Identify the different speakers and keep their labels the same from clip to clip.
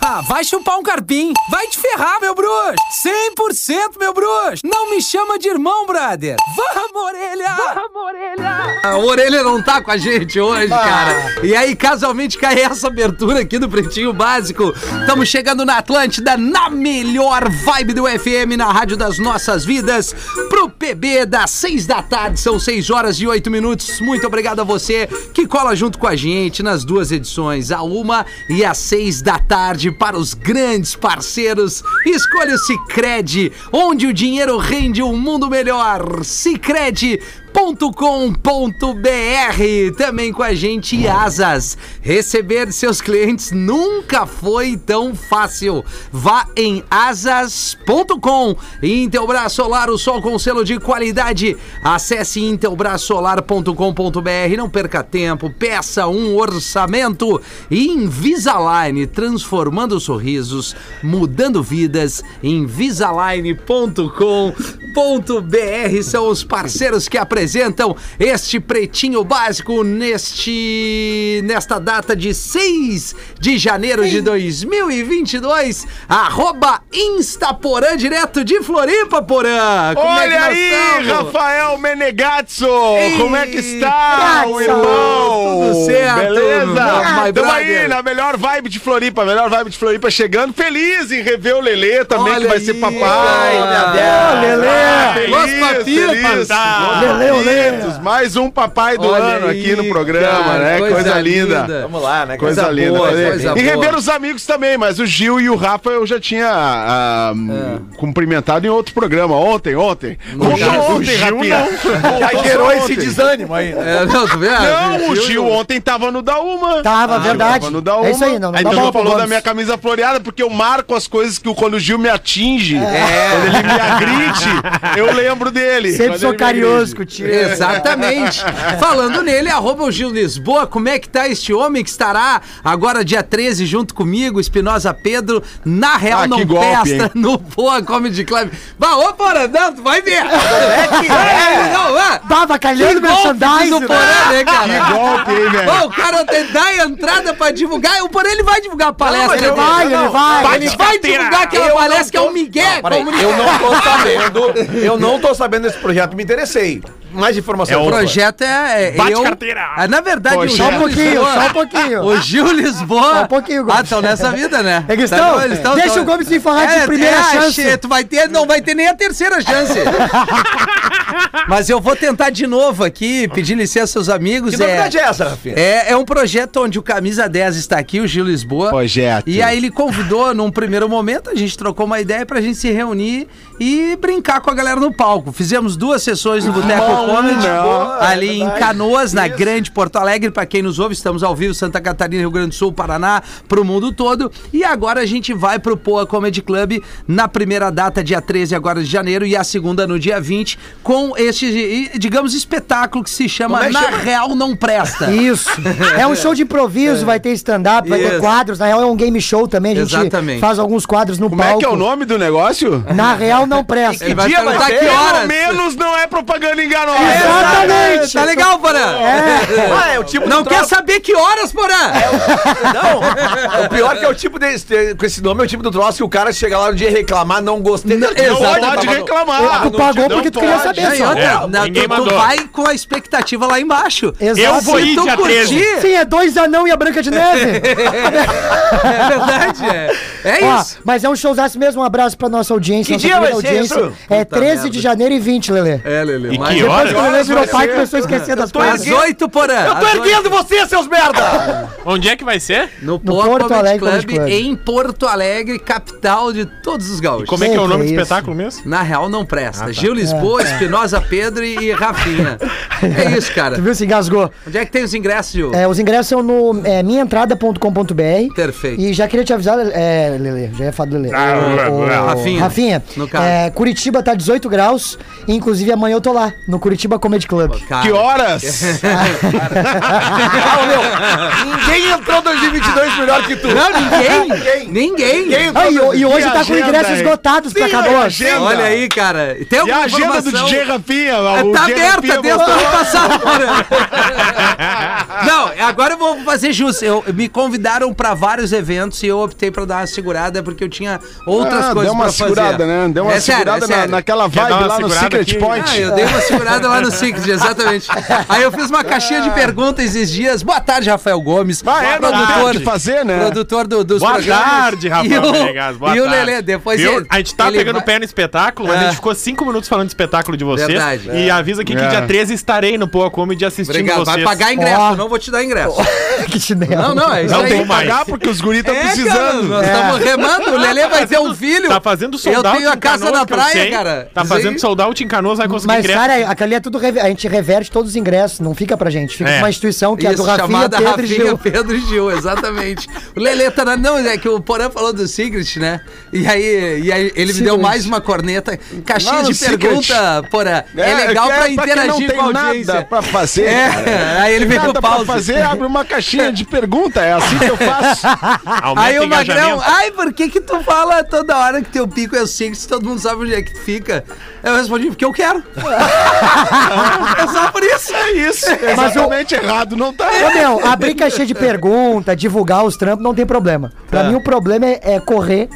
Speaker 1: Ah, vai chupar um carpim. Vai te ferrar, meu bruxo. 100% meu bruxo. Não me chama de irmão, brother. Vamos, orelha. Vamos, orelha.
Speaker 2: A orelha não tá com a gente hoje, cara. E aí, casualmente, cai essa abertura aqui do Pretinho Básico. Estamos chegando na Atlântida, na melhor vibe do FM, na Rádio das Nossas Vidas, pro PB das 6 da tarde, são 6 horas e 8 minutos. Muito obrigado a você que cola junto com a gente nas duas edições, a uma e às 6 da tarde, para os grandes parceiros. Escolha o Cicred, onde o dinheiro rende um mundo melhor. Cicred. .com.br Também com a gente Asas. Receber seus clientes nunca foi tão fácil. Vá em asas.com. Intelbras Solar, o sol com selo de qualidade. Acesse intelbrasolar.com.br. Não perca tempo. Peça um orçamento. E Invisalign, transformando sorrisos, mudando vidas. Invisalign.com.br são os parceiros que apresentam apresentam este pretinho básico neste nesta data de 6 de janeiro de 2022, arroba Instaporã direto de Floripa, Porã. Como
Speaker 3: Olha
Speaker 2: é que nós
Speaker 3: aí,
Speaker 2: tamo?
Speaker 3: Rafael Menegatzo!
Speaker 2: Ei,
Speaker 3: Como é que está,
Speaker 2: Gatso,
Speaker 3: o irmão?
Speaker 2: tudo certo,
Speaker 3: Beleza?
Speaker 2: my
Speaker 3: Tamo
Speaker 2: brother.
Speaker 3: aí na melhor vibe de Floripa, melhor vibe de Floripa chegando. Feliz em rever o Lelê também,
Speaker 2: Olha
Speaker 3: que vai
Speaker 2: aí,
Speaker 3: ser
Speaker 2: ai,
Speaker 3: papai.
Speaker 2: meu
Speaker 3: Ah,
Speaker 2: Deus,
Speaker 3: Lelê!
Speaker 2: Los papitos.
Speaker 3: feliz.
Speaker 2: Tá.
Speaker 3: Los papitos. Mais um papai do
Speaker 2: Olha
Speaker 3: ano
Speaker 2: aí,
Speaker 3: aqui no programa,
Speaker 2: cara,
Speaker 3: né? Coisa, linda.
Speaker 4: Vamos lá, né?
Speaker 3: Coisa,
Speaker 2: Coisa
Speaker 3: linda.
Speaker 2: boa,
Speaker 3: Lelê.
Speaker 2: coisa
Speaker 3: e
Speaker 2: boa.
Speaker 3: rever os amigos também, mas o Gil e o Rafa eu já tinha ah, cumprimentado em outro programa, ontem, ontem. Voltou
Speaker 2: Gil-
Speaker 3: ontem, Rafinha. Voltou
Speaker 4: Já gerou
Speaker 3: ontem.
Speaker 4: esse desânimo aí. né?
Speaker 2: É, não, tu vê?
Speaker 3: Não, o Gil ontem tava no da uma.
Speaker 5: Tava, verdade.
Speaker 3: Tava no da uma.
Speaker 5: É isso aí, não, não
Speaker 3: Aí
Speaker 5: dá
Speaker 3: tu
Speaker 5: bola
Speaker 3: já
Speaker 5: pro
Speaker 3: falou da
Speaker 5: Gomes.
Speaker 3: minha camisa floreada, porque eu marco as coisas que o- quando o Gil me atinge, quando ele me agride, eu lembro dele.
Speaker 5: Sempre
Speaker 3: Quando
Speaker 5: sou
Speaker 3: ele me agride.
Speaker 5: carinhoso contigo.
Speaker 2: Exatamente. Falando nele, arroba o Gil Lisboa. Como é que tá este homem que estará agora dia 13 junto comigo, Espinosa Pedro, na Real
Speaker 3: Ah,
Speaker 2: Não
Speaker 3: que golpe,
Speaker 2: Festa,
Speaker 3: hein?
Speaker 2: no Boa Comedy Club. Bah, ô, porra, não, tu vai
Speaker 3: É.
Speaker 2: ver. Vai, não, vai.
Speaker 5: Tava calhando merchandising.
Speaker 2: do
Speaker 5: né?
Speaker 2: Porã, né,
Speaker 3: Que
Speaker 2: cara?
Speaker 3: golpe, hein,
Speaker 2: Bom,
Speaker 3: velho?
Speaker 2: o cara até dá a entrada pra divulgar. O Porã, ele vai divulgar a palestra.
Speaker 5: Ele
Speaker 2: dele.
Speaker 5: vai, ele vai.
Speaker 2: Ele vai divulgar aquela palestra que é o Miguel.
Speaker 4: Peraí, eu não tô sabendo. Eu não tô sabendo desse projeto. Me interessei. Mais
Speaker 3: É
Speaker 4: informação.
Speaker 3: o
Speaker 2: O
Speaker 4: por favor.
Speaker 2: projeto é. é
Speaker 3: Bate
Speaker 2: eu,
Speaker 3: carteira.
Speaker 2: Ah, na verdade,
Speaker 3: Poxa.
Speaker 2: o
Speaker 5: Só
Speaker 2: Gil
Speaker 5: um pouquinho,
Speaker 2: Lisboa-
Speaker 5: só um pouquinho.
Speaker 2: O Gil Lisboa.
Speaker 5: Só um pouquinho, Gomes.
Speaker 2: Ah, estão nessa vida, né?
Speaker 5: É que estão.
Speaker 2: Tá, eles
Speaker 5: Deixa o Gomes se forrar de primeira chance.
Speaker 2: che- É, Tu vai ter, não vai ter nem a terceira chance. Mas eu vou tentar de novo aqui, pedir licença aos amigos.
Speaker 4: Que novidade é essa, Rafinha?
Speaker 2: É, é um projeto onde o Camisa 10 está aqui, o Gil Lisboa.
Speaker 3: Projeto.
Speaker 2: E aí ele convidou num primeiro momento, a gente trocou uma ideia pra gente se reunir e brincar com a galera no palco. Fizemos duas sessões no Boteco Comedy,
Speaker 4: é
Speaker 2: ali em Canoas, na Grande Porto Alegre, pra quem nos ouve, estamos ao vivo, Santa Catarina, Rio Grande do Sul, Paraná, pro mundo todo. E agora a gente vai pro Poa Comedy Club na primeira data, dia 13 agora de janeiro, e a segunda no dia 20, com este, e- digamos, espetáculo que se chama
Speaker 4: Como é que
Speaker 2: Na
Speaker 4: chama?
Speaker 2: Real Não Presta.
Speaker 5: Isso. É um show de improviso, vai ter stand-up, vai
Speaker 2: Isso.
Speaker 5: ter quadros. Na real, é um game show também. A gente
Speaker 2: Exatamente.
Speaker 5: faz alguns quadros no
Speaker 3: Como
Speaker 5: palco.
Speaker 3: é que é o nome do negócio?
Speaker 5: Na real, não presta.
Speaker 2: Ele vai
Speaker 4: dia vai
Speaker 2: perguntar
Speaker 4: ser?
Speaker 2: que
Speaker 3: Pelo
Speaker 2: Tá horas.
Speaker 3: menos não é propaganda enganosa.
Speaker 5: Exatamente.
Speaker 2: Tá legal, Porã?
Speaker 4: Ah, é o tipo de
Speaker 2: Não
Speaker 4: troca- É
Speaker 2: quer saber que horas, Porã?
Speaker 4: Não, o pior que é o tipo desse, com esse nome é o tipo do troço que o cara chega lá no dia e reclamar, não gostei. Não,
Speaker 3: Não pode
Speaker 2: Exatamente.
Speaker 3: reclamar.
Speaker 5: Tu pagou
Speaker 3: Não
Speaker 5: porque tu
Speaker 3: pode.
Speaker 5: queria saber
Speaker 2: Aí,
Speaker 5: só.
Speaker 2: outra,
Speaker 3: tá.
Speaker 6: É,
Speaker 2: na-
Speaker 6: ninguém
Speaker 2: tu, tu
Speaker 6: mandou.
Speaker 2: vai com a expectativa lá embaixo.
Speaker 5: Exato.
Speaker 6: vou ir.
Speaker 2: Se tu
Speaker 6: dia 13.
Speaker 2: então, curtir,
Speaker 5: Sim, é dois anão e a Branca de Neve.
Speaker 2: é verdade. É, é
Speaker 5: Ó,
Speaker 2: isso.
Speaker 5: mas é um showzaço mesmo. Um abraço pra nossa audiência. nossa
Speaker 4: Que dia
Speaker 5: primeira
Speaker 4: vai ser
Speaker 5: audiência.
Speaker 4: isso?
Speaker 5: É
Speaker 2: Puta
Speaker 5: 13
Speaker 2: merda.
Speaker 5: de janeiro e 20, Lelê.
Speaker 2: É, Lele.
Speaker 6: E
Speaker 2: mas-
Speaker 6: que
Speaker 5: Depois que o
Speaker 6: horas?
Speaker 5: Lelê virou
Speaker 4: vai
Speaker 5: pai,
Speaker 4: ser?
Speaker 5: começou a esquecer das
Speaker 2: Às
Speaker 5: coisas.
Speaker 2: oito, Porã.
Speaker 4: Eu
Speaker 2: às
Speaker 4: tô
Speaker 2: oito,
Speaker 4: erguendo você, seus merda!
Speaker 6: Onde é que vai ser?
Speaker 2: No,
Speaker 5: No
Speaker 2: Porto,
Speaker 5: Porto
Speaker 2: Alegre
Speaker 5: Alegre
Speaker 2: Club,
Speaker 5: Comedy Club.
Speaker 2: em Porto Alegre, capital de todos os gaúchos.
Speaker 6: Como é que é o
Speaker 5: Sempre
Speaker 6: nome do
Speaker 5: isso.
Speaker 6: espetáculo mesmo?
Speaker 2: Na real, não presta.
Speaker 3: Ah, tá.
Speaker 2: Gil Lisboa,
Speaker 5: É.
Speaker 2: Espinosa Pedro e, e Rafinha. É isso,
Speaker 5: Tu
Speaker 2: cara.
Speaker 5: viu, se engasgou.
Speaker 2: Onde é que tem os ingressos, Gil?
Speaker 5: É, os ingressos são no é, minhaentrada.com.br.
Speaker 2: Perfeito.
Speaker 5: E já queria te avisar, é, Lele, já ia falar do Lele.
Speaker 6: é,
Speaker 3: Ah,
Speaker 5: O- o-
Speaker 3: ah,
Speaker 2: Rafinha.
Speaker 5: Rafinha,
Speaker 2: No caso.
Speaker 5: é, Curitiba tá 18 graus, inclusive amanhã eu tô lá, no Curitiba Comedy Club.
Speaker 2: Cara, tá.
Speaker 3: Que horas?
Speaker 4: Ah, meu, ninguém entrou em 2022 melhor que tu.
Speaker 2: Não, ninguém.
Speaker 4: Ninguém.
Speaker 2: ninguém.
Speaker 5: Ah, e, e hoje
Speaker 3: E
Speaker 5: tá
Speaker 3: a
Speaker 5: com
Speaker 3: agenda,
Speaker 5: ingressos
Speaker 3: hein?
Speaker 5: esgotados pra
Speaker 3: Sim, a
Speaker 5: Canoas.
Speaker 3: agenda.
Speaker 2: Olha aí, cara. Tem
Speaker 3: E a
Speaker 2: alguma
Speaker 3: agenda do
Speaker 2: informação?
Speaker 3: DJ Rafinha. o
Speaker 2: Tá
Speaker 3: G
Speaker 2: aberta
Speaker 3: Rafinha
Speaker 2: desde o
Speaker 3: botou.
Speaker 2: ano passado. Não, agora eu vou fazer justo. Eu, me convidaram pra vários eventos e eu optei pra dar uma segurada porque eu tinha outras
Speaker 3: Ah,
Speaker 2: coisas
Speaker 3: deu uma
Speaker 2: pra
Speaker 3: segurada,
Speaker 2: fazer.
Speaker 3: né? Deu uma
Speaker 2: É sério,
Speaker 3: segurada
Speaker 2: é sério.
Speaker 3: Na, naquela
Speaker 6: Quer dar
Speaker 3: vibe
Speaker 6: uma
Speaker 3: lá no
Speaker 6: segurada
Speaker 3: Secret
Speaker 6: aqui?
Speaker 3: Point.
Speaker 2: Ah, eu dei uma segurada lá no Secret, exatamente. Aí eu fiz uma caixinha de perguntas esses dias. Boa tarde, Rafael Gomes.
Speaker 3: Ah, é verdade, fazer, né?
Speaker 2: Produtor do, dos
Speaker 6: Boa
Speaker 2: programas.
Speaker 6: tarde,
Speaker 2: E
Speaker 6: Rafael
Speaker 2: o,
Speaker 6: Menegas. Boa
Speaker 2: e o
Speaker 6: tarde.
Speaker 2: Lelê, depois
Speaker 6: Viu?
Speaker 2: ele-
Speaker 6: A gente tá
Speaker 2: ele
Speaker 6: pegando o
Speaker 2: vai-
Speaker 6: pé no espetáculo, mas
Speaker 2: É.
Speaker 6: a gente ficou cinco minutos falando de espetáculo de vocês.
Speaker 2: Verdade.
Speaker 6: E avisa aqui que
Speaker 3: É.
Speaker 6: dia 13 estarei no Poa Comedy assistindo
Speaker 2: Obrigado, vai
Speaker 6: vocês.
Speaker 2: pagar ingresso,
Speaker 5: Ó.
Speaker 2: não vou te dar ingresso.
Speaker 5: que chinelo.
Speaker 2: Não, não, é isso
Speaker 6: Não
Speaker 2: aí.
Speaker 6: tem mais.
Speaker 3: Pagar porque os guris estão
Speaker 2: É, cara,
Speaker 3: Tá precisando.
Speaker 2: nós estamos remando, o Lelê vai ter um filho.
Speaker 6: Tá fazendo sold out
Speaker 2: Eu tenho a
Speaker 6: em
Speaker 2: casa
Speaker 6: Canoas,
Speaker 2: na
Speaker 6: que eu
Speaker 2: praia,
Speaker 6: sei.
Speaker 2: cara.
Speaker 6: Tá
Speaker 2: Isso
Speaker 6: fazendo
Speaker 2: aí-
Speaker 6: sold out em Canoas, vai conseguir
Speaker 5: Mas,
Speaker 6: ingresso.
Speaker 5: cara, aquele é tudo. reve- A gente reverte todos os ingressos, não fica pra gente. Fica
Speaker 6: É.
Speaker 5: pra uma instituição que é a do
Speaker 2: Isso,
Speaker 5: Rafinha,
Speaker 2: chamada
Speaker 5: Pedro e Gil.
Speaker 2: Pedro e Gil, exatamente. o Lelê tá na... Não, é que o Porã falou do Secret, né? E aí, e aí ele me deu
Speaker 5: Secret.
Speaker 2: mais uma corneta. Caixinha
Speaker 3: Não,
Speaker 2: de
Speaker 3: Secret.
Speaker 2: pergunta, Porã. É, legal
Speaker 3: que
Speaker 2: pra
Speaker 3: quem
Speaker 2: interagir com a
Speaker 3: não tem
Speaker 2: audiência.
Speaker 3: nada pra fazer. cara.
Speaker 2: É, aí ele veio com
Speaker 3: Nada pra
Speaker 2: pausa.
Speaker 3: fazer, abre uma caixinha de pergunta. É assim que eu faço.
Speaker 2: Tá
Speaker 6: Aumenta
Speaker 2: Aí o Magrão,
Speaker 6: engajamento.
Speaker 2: ai, por que que tu fala toda hora que teu pico é o Secret se todo mundo sabe onde é que fica? Eu respondi, porque eu quero. é só por isso.
Speaker 3: É isso. Exatamente errado, não tá
Speaker 5: Ô, meu, abrir caixinha de pergunta, divulgar os trampos, não tem problema. Pra
Speaker 2: Tá.
Speaker 5: mim, o problema é, é correr.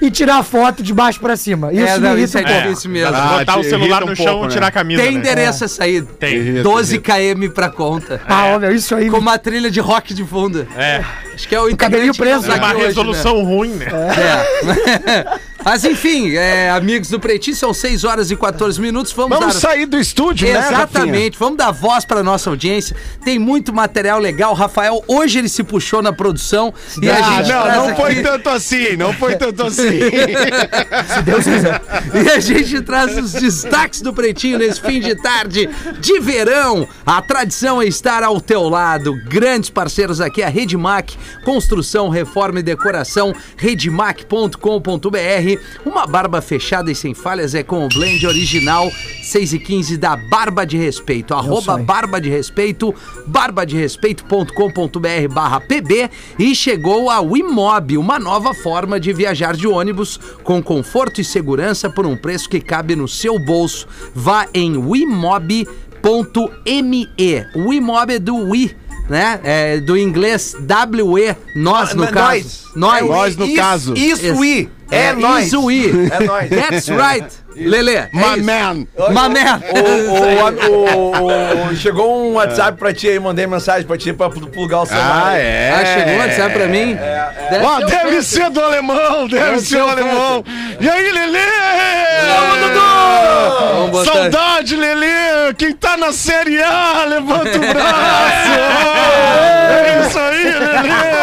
Speaker 5: e tirar foto de baixo pra cima. Isso
Speaker 2: É,
Speaker 5: me
Speaker 2: não, isso
Speaker 5: irrita
Speaker 2: é
Speaker 5: um pouco.
Speaker 2: difícil mesmo.
Speaker 3: Ah,
Speaker 6: Botar o
Speaker 3: te
Speaker 6: celular
Speaker 3: irrita
Speaker 6: no
Speaker 3: um
Speaker 6: chão
Speaker 3: pouco,
Speaker 6: e
Speaker 3: né?
Speaker 6: tirar a camisa.
Speaker 2: Tem
Speaker 6: né?
Speaker 2: endereço a saída.
Speaker 6: Tem.
Speaker 2: 12 km pra conta.
Speaker 5: Ah, ô, meu, isso
Speaker 3: É.
Speaker 5: aí.
Speaker 2: Com uma trilha de rock de fundo.
Speaker 6: É.
Speaker 2: Acho que é o
Speaker 5: cabelinho
Speaker 2: integrante que
Speaker 5: preso.
Speaker 2: tá aqui
Speaker 6: Uma
Speaker 2: hoje, né?
Speaker 6: resolução ruim, né?
Speaker 2: É. Mas enfim, é, amigos do Pretinho, são 6 horas e 14 minutos. Vamos,
Speaker 3: Vamos
Speaker 2: dar...
Speaker 3: sair do estúdio, né, Rafinha?
Speaker 2: Exatamente, vamos dar voz para nossa audiência. Tem muito material legal. Rafael, hoje ele se puxou na produção e a
Speaker 3: Ah,
Speaker 2: gente traz
Speaker 3: não, não
Speaker 2: aqui-
Speaker 3: foi tanto assim, não foi tanto assim.
Speaker 2: E a gente traz os destaques do Pretinho nesse fim de tarde de verão. A tradição é estar ao teu lado. Grandes parceiros aqui, a Redmac, construção, reforma e decoração, redmac.com.br. Uma barba fechada e sem falhas é com o blend original 6 e 15 da Barba de Respeito. Arroba
Speaker 5: sonho.
Speaker 2: Barba de Respeito, barbaderespeito.com.br barra pb e chegou a Wimob, uma nova forma de viajar de ônibus com conforto e segurança por um preço que cabe no seu bolso. Vá em wimob.me. O Wimob é do Wi, né? É do inglês WE, nós no
Speaker 4: Ah,
Speaker 2: caso.
Speaker 4: nós.
Speaker 2: Nós,
Speaker 3: Nós, no
Speaker 4: Isso-
Speaker 3: caso.
Speaker 4: Isso, i. É, nós.
Speaker 2: Isso we.
Speaker 4: É nós.
Speaker 2: That's right. Lele. é
Speaker 3: My
Speaker 2: isso.
Speaker 3: man.
Speaker 2: My man.
Speaker 4: O- o- o- o- chegou um WhatsApp pra ti aí, mandei mensagem pra ti pra pl- plugar o celular.
Speaker 3: Ah,
Speaker 4: aí.
Speaker 3: é.
Speaker 2: Ah, chegou, sabe pra mim? Deve
Speaker 3: Ó,
Speaker 2: ser um o
Speaker 3: deve
Speaker 2: Pedro.
Speaker 3: ser do alemão, deve ser do alemão. E aí, Lelê?
Speaker 4: Ah,
Speaker 2: Vamos
Speaker 3: Alô, Dudu!
Speaker 2: botar-
Speaker 3: Saudade, Lelê! Quem tá na Série A, levanta o braço! É isso aí, Lelê!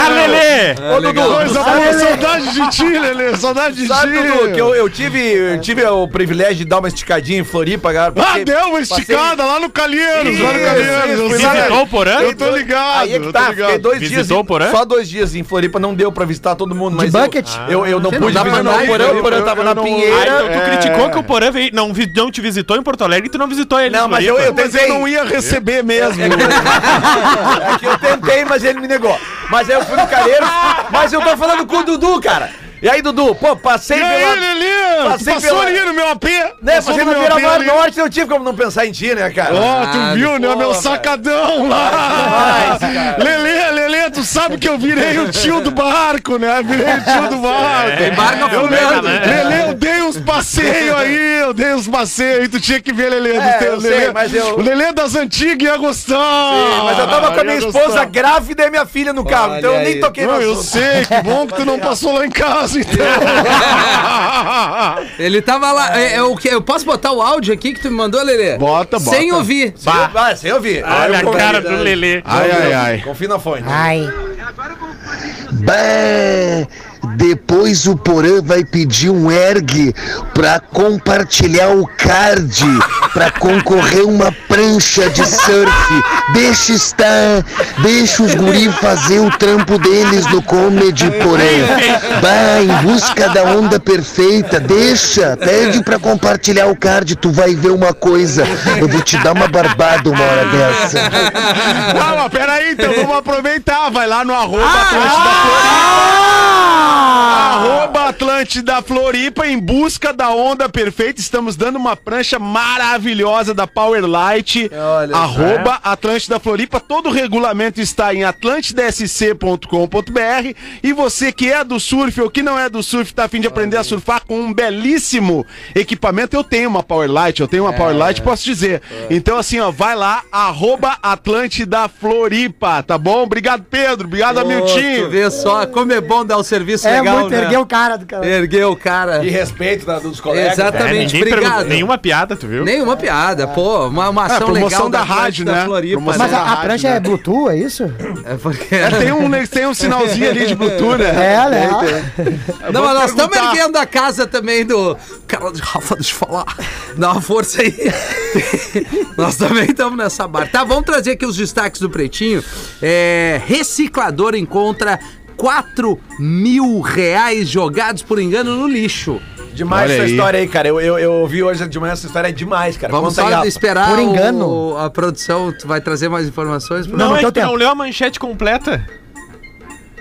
Speaker 6: Ah, Lelê!
Speaker 4: Ô, Dudu,
Speaker 2: legal.
Speaker 3: Coisa boa, saudade de ti, Lelê! Saudade de ti!
Speaker 4: sabe, Dudu, que eu, eu tive, eu tive o privilégio de dar uma esticadinha em Floripa, cara.
Speaker 3: Ah,
Speaker 4: porque
Speaker 3: deu uma
Speaker 4: passei-
Speaker 3: esticada lá no Calheiros, lá no
Speaker 4: Isso,
Speaker 3: Calheiros.
Speaker 4: isso,
Speaker 3: eu
Speaker 4: fui
Speaker 3: sei.
Speaker 4: lá
Speaker 6: Visitou o Porã?
Speaker 3: Eu tô ligado,
Speaker 4: Aí é que
Speaker 3: eu
Speaker 4: tá,
Speaker 3: tô
Speaker 4: fiquei
Speaker 3: ligado.
Speaker 4: dois
Speaker 6: Visitou
Speaker 4: dias. em-
Speaker 6: o Porã?
Speaker 4: Só dois dias em Floripa, não deu pra visitar todo mundo, mas.
Speaker 5: bucket?
Speaker 4: Eu, eu, eu não
Speaker 2: Não
Speaker 4: pude
Speaker 2: dá pra
Speaker 4: visitar
Speaker 2: andar
Speaker 4: o
Speaker 2: em
Speaker 4: Porã, o
Speaker 2: Floripa,
Speaker 4: Porã tava
Speaker 3: eu
Speaker 4: na
Speaker 3: não-
Speaker 6: Ah,
Speaker 4: Pinheira.
Speaker 6: então tu criticou que o Porã veio, não, vi- não te visitou em Porto Alegre e tu não visitou ele.
Speaker 4: Não,
Speaker 6: em
Speaker 4: mas eu,
Speaker 6: Floripa.
Speaker 4: eu
Speaker 3: Mas eu
Speaker 4: tentei.
Speaker 3: não ia receber mesmo.
Speaker 4: É que eu tentei, mas ele me negou. Mas aí eu fui no Calheiros, mas eu tô falando com o Dudu, cara. E aí, Dudu, pô, passei
Speaker 3: E aí, Lelê? Tu
Speaker 4: é, Passei
Speaker 3: passou
Speaker 4: pela-
Speaker 3: ali no meu AP?
Speaker 4: Né,
Speaker 3: Passou
Speaker 4: passei
Speaker 3: no
Speaker 4: na
Speaker 3: meu
Speaker 4: Beira
Speaker 3: AP
Speaker 4: Mar
Speaker 3: ali.
Speaker 4: Norte, não tive como não pensar em ti, né,
Speaker 3: Ó,
Speaker 4: cara?
Speaker 3: tu viu, né?
Speaker 4: porra,
Speaker 3: Meu
Speaker 4: velho.
Speaker 3: sacadão lá! Lelê, Lelê, tu sabe que eu virei o tio do barco, né? Virei o tio do barco.
Speaker 6: É,
Speaker 2: barco
Speaker 3: eu
Speaker 2: afundando.
Speaker 3: lembro- Lelê, eu dei uns passeios aí, eu dei uns passeios aí, tu tinha que ver, Lelê.
Speaker 4: É,
Speaker 3: tu tem-
Speaker 4: eu sei,
Speaker 3: Lelê
Speaker 4: mas eu-
Speaker 3: O Lelê das antigas ia gostar!
Speaker 4: Sim, mas eu tava com a minha
Speaker 3: Ia
Speaker 4: esposa
Speaker 3: gostar.
Speaker 4: grávida e minha filha no carro, então eu nem toquei no
Speaker 3: Não, eu
Speaker 4: assunto.
Speaker 3: sei, que bom que tu não passou lá em casa, então.
Speaker 2: Ele tava lá. é, é o que- eu posso botar o áudio aqui que tu me mandou, Lelê?
Speaker 3: Bota, bota.
Speaker 2: Sem ouvir.
Speaker 4: Bah. Ah, sem ouvir.
Speaker 6: Olha
Speaker 4: Eu
Speaker 6: a
Speaker 4: confio.
Speaker 6: cara do Lelê.
Speaker 3: Ai, ai, ai.
Speaker 4: Confio na fonte.
Speaker 5: Ai.
Speaker 7: Bé, Depois o Porã vai pedir um erg pra compartilhar o card pra concorrer uma prancha de surf. Deixa estar, deixa os guri fazer o trampo deles no comedy Porã. Bah, em busca da onda perfeita, deixa, pede pra compartilhar o card, tu vai ver uma coisa. Eu vou te dar uma barbada uma hora dessa.
Speaker 3: Não, mas peraí, então vamos aproveitar. Vai lá no arroba Atlântida Floripa. Arroba Atlântida Floripa em busca da onda perfeita. Estamos dando uma prancha maravilhosa da Powerlight.
Speaker 4: Olha só.
Speaker 3: Arroba Atlântida Floripa. Todo o regulamento está em atlantidasc.com.br. E você que é do surf ou que não é do surf, tá afim de aprender a surfar com um belíssimo equipamento. Eu tenho uma Powerlight, eu tenho uma Powerlight, posso dizer. Então, assim, ó, vai lá, arroba Atlântida Floripa, tá bom? Obrigado, Pedro. Obrigado,
Speaker 2: Miltinho.
Speaker 3: Amiltinho.
Speaker 2: Vê só como é bom dar o serviço
Speaker 5: É
Speaker 2: legal,
Speaker 5: muito,
Speaker 2: né?
Speaker 5: ergueu o cara do cara.
Speaker 2: Ergueu o cara.
Speaker 4: E respeito da- dos colegas.
Speaker 2: Exatamente,
Speaker 6: É, ninguém
Speaker 2: obrigado.
Speaker 6: perguntou- Nenhuma piada, tu viu?
Speaker 2: Nenhuma piada, pô, uma, uma ação
Speaker 3: É, promoção
Speaker 2: legal
Speaker 3: da
Speaker 2: Atlântida
Speaker 3: rádio, né?
Speaker 2: Floripa,
Speaker 3: Promoção
Speaker 5: Mas
Speaker 3: da
Speaker 2: né?
Speaker 3: rádio.
Speaker 5: a, a prancha é Bluetooth, é isso?
Speaker 2: É porque...
Speaker 3: É, tem, um, né, tem um sinalzinho ali de Bluetooth, né?
Speaker 5: É, né?
Speaker 2: Não, mas nós estamos
Speaker 3: perguntar.
Speaker 2: erguendo a casa também do. Cara, de Rafa, deixa eu falar. Dá uma força aí. nós também estamos nessa barra. Tá, vamos trazer aqui os destaques do Pretinho. É, reciclador encontra 4 mil reais jogados por engano no lixo.
Speaker 4: Demais
Speaker 3: Olha
Speaker 4: essa
Speaker 3: aí.
Speaker 4: história aí, cara. Eu, eu, eu ouvi hoje de manhã essa história, é demais, cara.
Speaker 2: Vamos
Speaker 4: aí,
Speaker 2: só
Speaker 4: Rafa.
Speaker 2: esperar
Speaker 5: Por
Speaker 2: o-
Speaker 5: engano.
Speaker 2: a produção. Tu vai trazer mais informações? Pra
Speaker 6: Não,
Speaker 5: Não,
Speaker 6: é
Speaker 5: então
Speaker 6: que tu não
Speaker 5: tem.
Speaker 6: leu a manchete completa.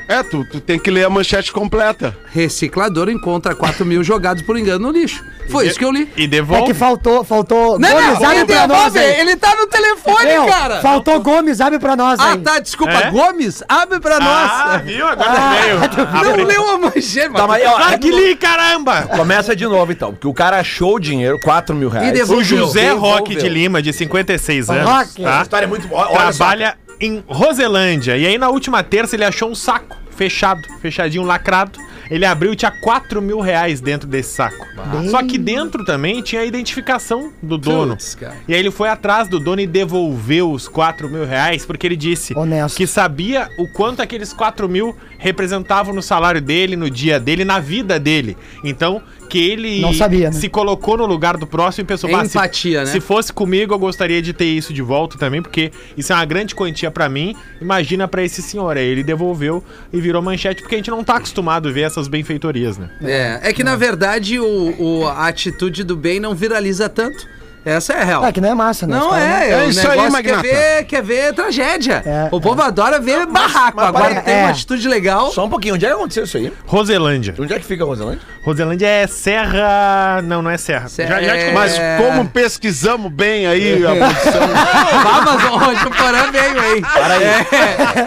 Speaker 3: É, tu, tu tem que ler a manchete completa.
Speaker 2: Reciclador encontra 4 mil jogados por engano no lixo. Foi isso que eu li.
Speaker 6: E
Speaker 5: É
Speaker 6: devolve.
Speaker 5: que faltou, faltou.
Speaker 2: Não,
Speaker 5: Gomes,
Speaker 2: não,
Speaker 5: abre
Speaker 2: ele
Speaker 5: pra nós
Speaker 2: devolve,
Speaker 5: aí.
Speaker 2: ele tá no telefone,
Speaker 5: Meu,
Speaker 2: cara.
Speaker 5: Faltou Gomes, abre pra nós
Speaker 2: Ah,
Speaker 5: aí.
Speaker 2: tá, desculpa.
Speaker 6: É?
Speaker 2: Gomes, abre pra
Speaker 6: Ah,
Speaker 2: nós.
Speaker 6: viu? Agora veio.
Speaker 2: Não
Speaker 6: Abre.
Speaker 2: leu a manchete,
Speaker 4: Tá,
Speaker 2: mano.
Speaker 4: mas, ó,
Speaker 6: Ah, que li, caramba!
Speaker 4: Começa de novo, então. Porque o cara achou o dinheiro, 4 mil reais.
Speaker 2: E devolveu.
Speaker 6: O José
Speaker 4: Devolveu.
Speaker 6: Roque de Lima, de 56 anos,
Speaker 5: Roque,
Speaker 6: tá?
Speaker 4: A história é muito boa. Olha só.
Speaker 6: Trabalha em Roselândia. E aí, na última terça, ele achou um saco fechado, fechadinho, lacrado. Ele abriu e tinha 4 mil reais dentro desse saco. Só que dentro também tinha a identificação do dono.
Speaker 2: Putz, cara.
Speaker 6: E aí ele foi atrás do dono e devolveu os 4 mil reais, porque ele disse
Speaker 5: Honesto.
Speaker 6: que sabia o quanto aqueles 4 mil representavam no salário dele, no dia dele, na vida dele. Então, que ele
Speaker 5: Não sabia, né?
Speaker 6: se colocou no lugar do próximo e pensou,
Speaker 2: É
Speaker 6: "Bah, se-
Speaker 2: empatia, né?
Speaker 6: se fosse comigo, eu gostaria de ter isso de volta também, porque isso é uma grande quantia pra mim. Imagina pra esse senhor. Aí ele devolveu e virou manchete, porque a gente não tá acostumado a ver essas benfeitorias, né?
Speaker 2: É, é que na verdade o, o- a atitude do bem não viraliza tanto. Essa é a real.
Speaker 5: É que não é massa, né? Os
Speaker 2: Não
Speaker 5: caras
Speaker 2: é,
Speaker 3: É
Speaker 2: o
Speaker 3: isso aí,
Speaker 2: negócio quer
Speaker 3: magnata.
Speaker 2: ver, quer ver tragédia.
Speaker 5: É,
Speaker 2: o povo adora ver barraco.
Speaker 4: mas
Speaker 2: Agora
Speaker 4: parece-
Speaker 2: tem uma
Speaker 5: é.
Speaker 2: atitude legal.
Speaker 4: Só um pouquinho. Onde é que aconteceu isso aí?
Speaker 6: Roselândia.
Speaker 4: Onde é que fica a Roselândia?
Speaker 6: Roselândia é serra. Não, não é serra.
Speaker 2: Serra-
Speaker 6: Já, já te
Speaker 2: é-
Speaker 6: conto.
Speaker 3: Mas como pesquisamos bem aí a produção.
Speaker 2: Vá, Ah, mas hoje o Porã veio, hein?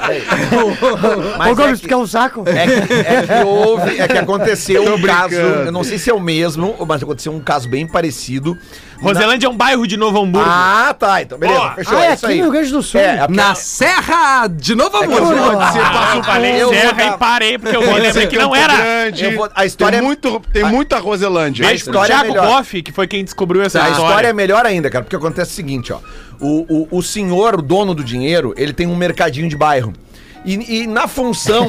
Speaker 2: É.
Speaker 5: não- Ô, Gomes, tu quer um saco?
Speaker 4: É que, é que houve, é que aconteceu um caso,
Speaker 3: brincando.
Speaker 4: eu não sei se é o mesmo, mas aconteceu um caso bem parecido.
Speaker 6: Roselândia é um bairro de Novo Hamburgo.
Speaker 4: Na... Ah, tá, então beleza,
Speaker 6: Ó,
Speaker 4: fechou,
Speaker 5: Ah, é
Speaker 4: é
Speaker 5: aqui
Speaker 4: isso aí.
Speaker 5: no Rio Grande do Sul.
Speaker 4: É, porque-
Speaker 2: Na Serra de Novo
Speaker 4: que
Speaker 2: Hamburgo.
Speaker 4: pode
Speaker 6: Ah, eu falei
Speaker 4: eu vou
Speaker 6: serra
Speaker 4: dar-
Speaker 6: e parei, porque eu me lembrei que não
Speaker 3: Campo
Speaker 6: era.
Speaker 3: um Grande,
Speaker 4: Eu vou- a história é-
Speaker 3: tem, muito, tem muita Roselândia.
Speaker 6: Beijo pro
Speaker 4: história é
Speaker 6: Thiago
Speaker 4: melhor.
Speaker 6: Boff, que foi quem descobriu essa
Speaker 4: a
Speaker 6: história.
Speaker 4: história é melhor ainda, cara, porque acontece o seguinte, ó. O, o, o senhor, o dono do dinheiro, ele tem um mercadinho de bairro. E, e na função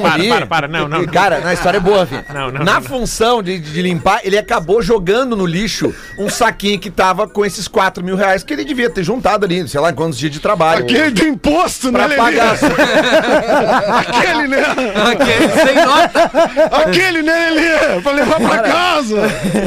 Speaker 6: Para,
Speaker 4: ali...
Speaker 6: para, para, não, não.
Speaker 4: Cara, na história é boa, filho.
Speaker 6: Não, não,
Speaker 4: na
Speaker 6: não.
Speaker 4: função de, de limpar, ele acabou jogando no lixo um saquinho que tava com esses 4 mil reais que ele devia ter juntado ali, sei lá, em quantos dias de trabalho.
Speaker 3: Aquele do imposto, né,
Speaker 4: Pra
Speaker 3: Lelê?
Speaker 4: pagar.
Speaker 3: Aquele, né?
Speaker 2: Aquele sem nota.
Speaker 3: Aquele, né, Lelê? Pra levar pra casa.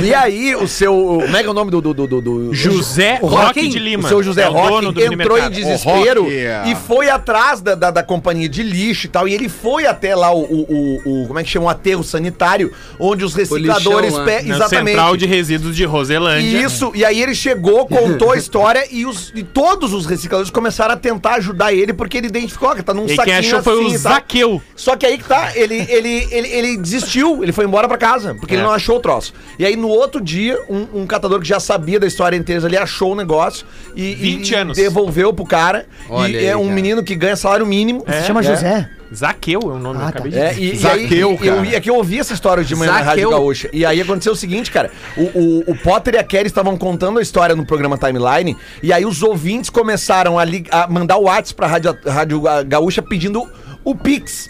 Speaker 4: E aí, o seu. o- Como é que é o nome do. do, do, do- do-
Speaker 6: José
Speaker 2: O
Speaker 6: Roque
Speaker 2: Roque,
Speaker 6: de
Speaker 4: O
Speaker 6: Lima.
Speaker 4: seu José
Speaker 6: é o dono do
Speaker 4: Roque entrou em
Speaker 6: mini-mercado.
Speaker 4: desespero
Speaker 3: O Roque, é.
Speaker 4: e foi atrás da, da, da companhia de lixo e tal. E ele foi até lá o, o, o- o- Como é que chama? O aterro sanitário, onde os recicladores.
Speaker 2: lixão lá,
Speaker 4: pe-
Speaker 6: Na Central de Resíduos de Roselândia.
Speaker 4: E isso, e aí ele chegou, contou a história e, os, e todos os recicladores começaram a tentar ajudar ele porque ele identificou que tá num
Speaker 6: E aí
Speaker 4: saquinho
Speaker 6: quem achou foi o
Speaker 4: assim, tá?
Speaker 6: Zaqueu.
Speaker 4: Só que aí que tá, ele, ele, ele, ele desistiu, ele foi embora pra casa, porque ele
Speaker 6: É.
Speaker 4: não achou o troço. E aí no outro dia, um, um catador que já sabia da história inteira, ele achou o negócio e,
Speaker 6: 20
Speaker 4: e
Speaker 6: anos.
Speaker 4: devolveu pro cara.
Speaker 2: Olha
Speaker 4: e
Speaker 2: aí,
Speaker 4: é um
Speaker 2: cara.
Speaker 4: menino que ganha salário mínimo.
Speaker 5: Se chama
Speaker 4: É.
Speaker 5: José.
Speaker 6: Zaqueu é o nome que eu
Speaker 5: Ah,
Speaker 6: acabei
Speaker 5: tá.
Speaker 6: de
Speaker 4: É, e, e aí,
Speaker 3: Zaqueu,
Speaker 4: e- eu,
Speaker 3: cara.
Speaker 4: é que eu ouvi essa história hoje de manhã na
Speaker 2: Zaqueu.
Speaker 4: Rádio Gaúcha. E aí aconteceu o seguinte, cara. O, o, o Potter e a Kelly estavam contando a história no programa Timeline. E aí os ouvintes começaram a, lig- a mandar o WhatsApp pra Rádio, Rádio Gaúcha pedindo o Pix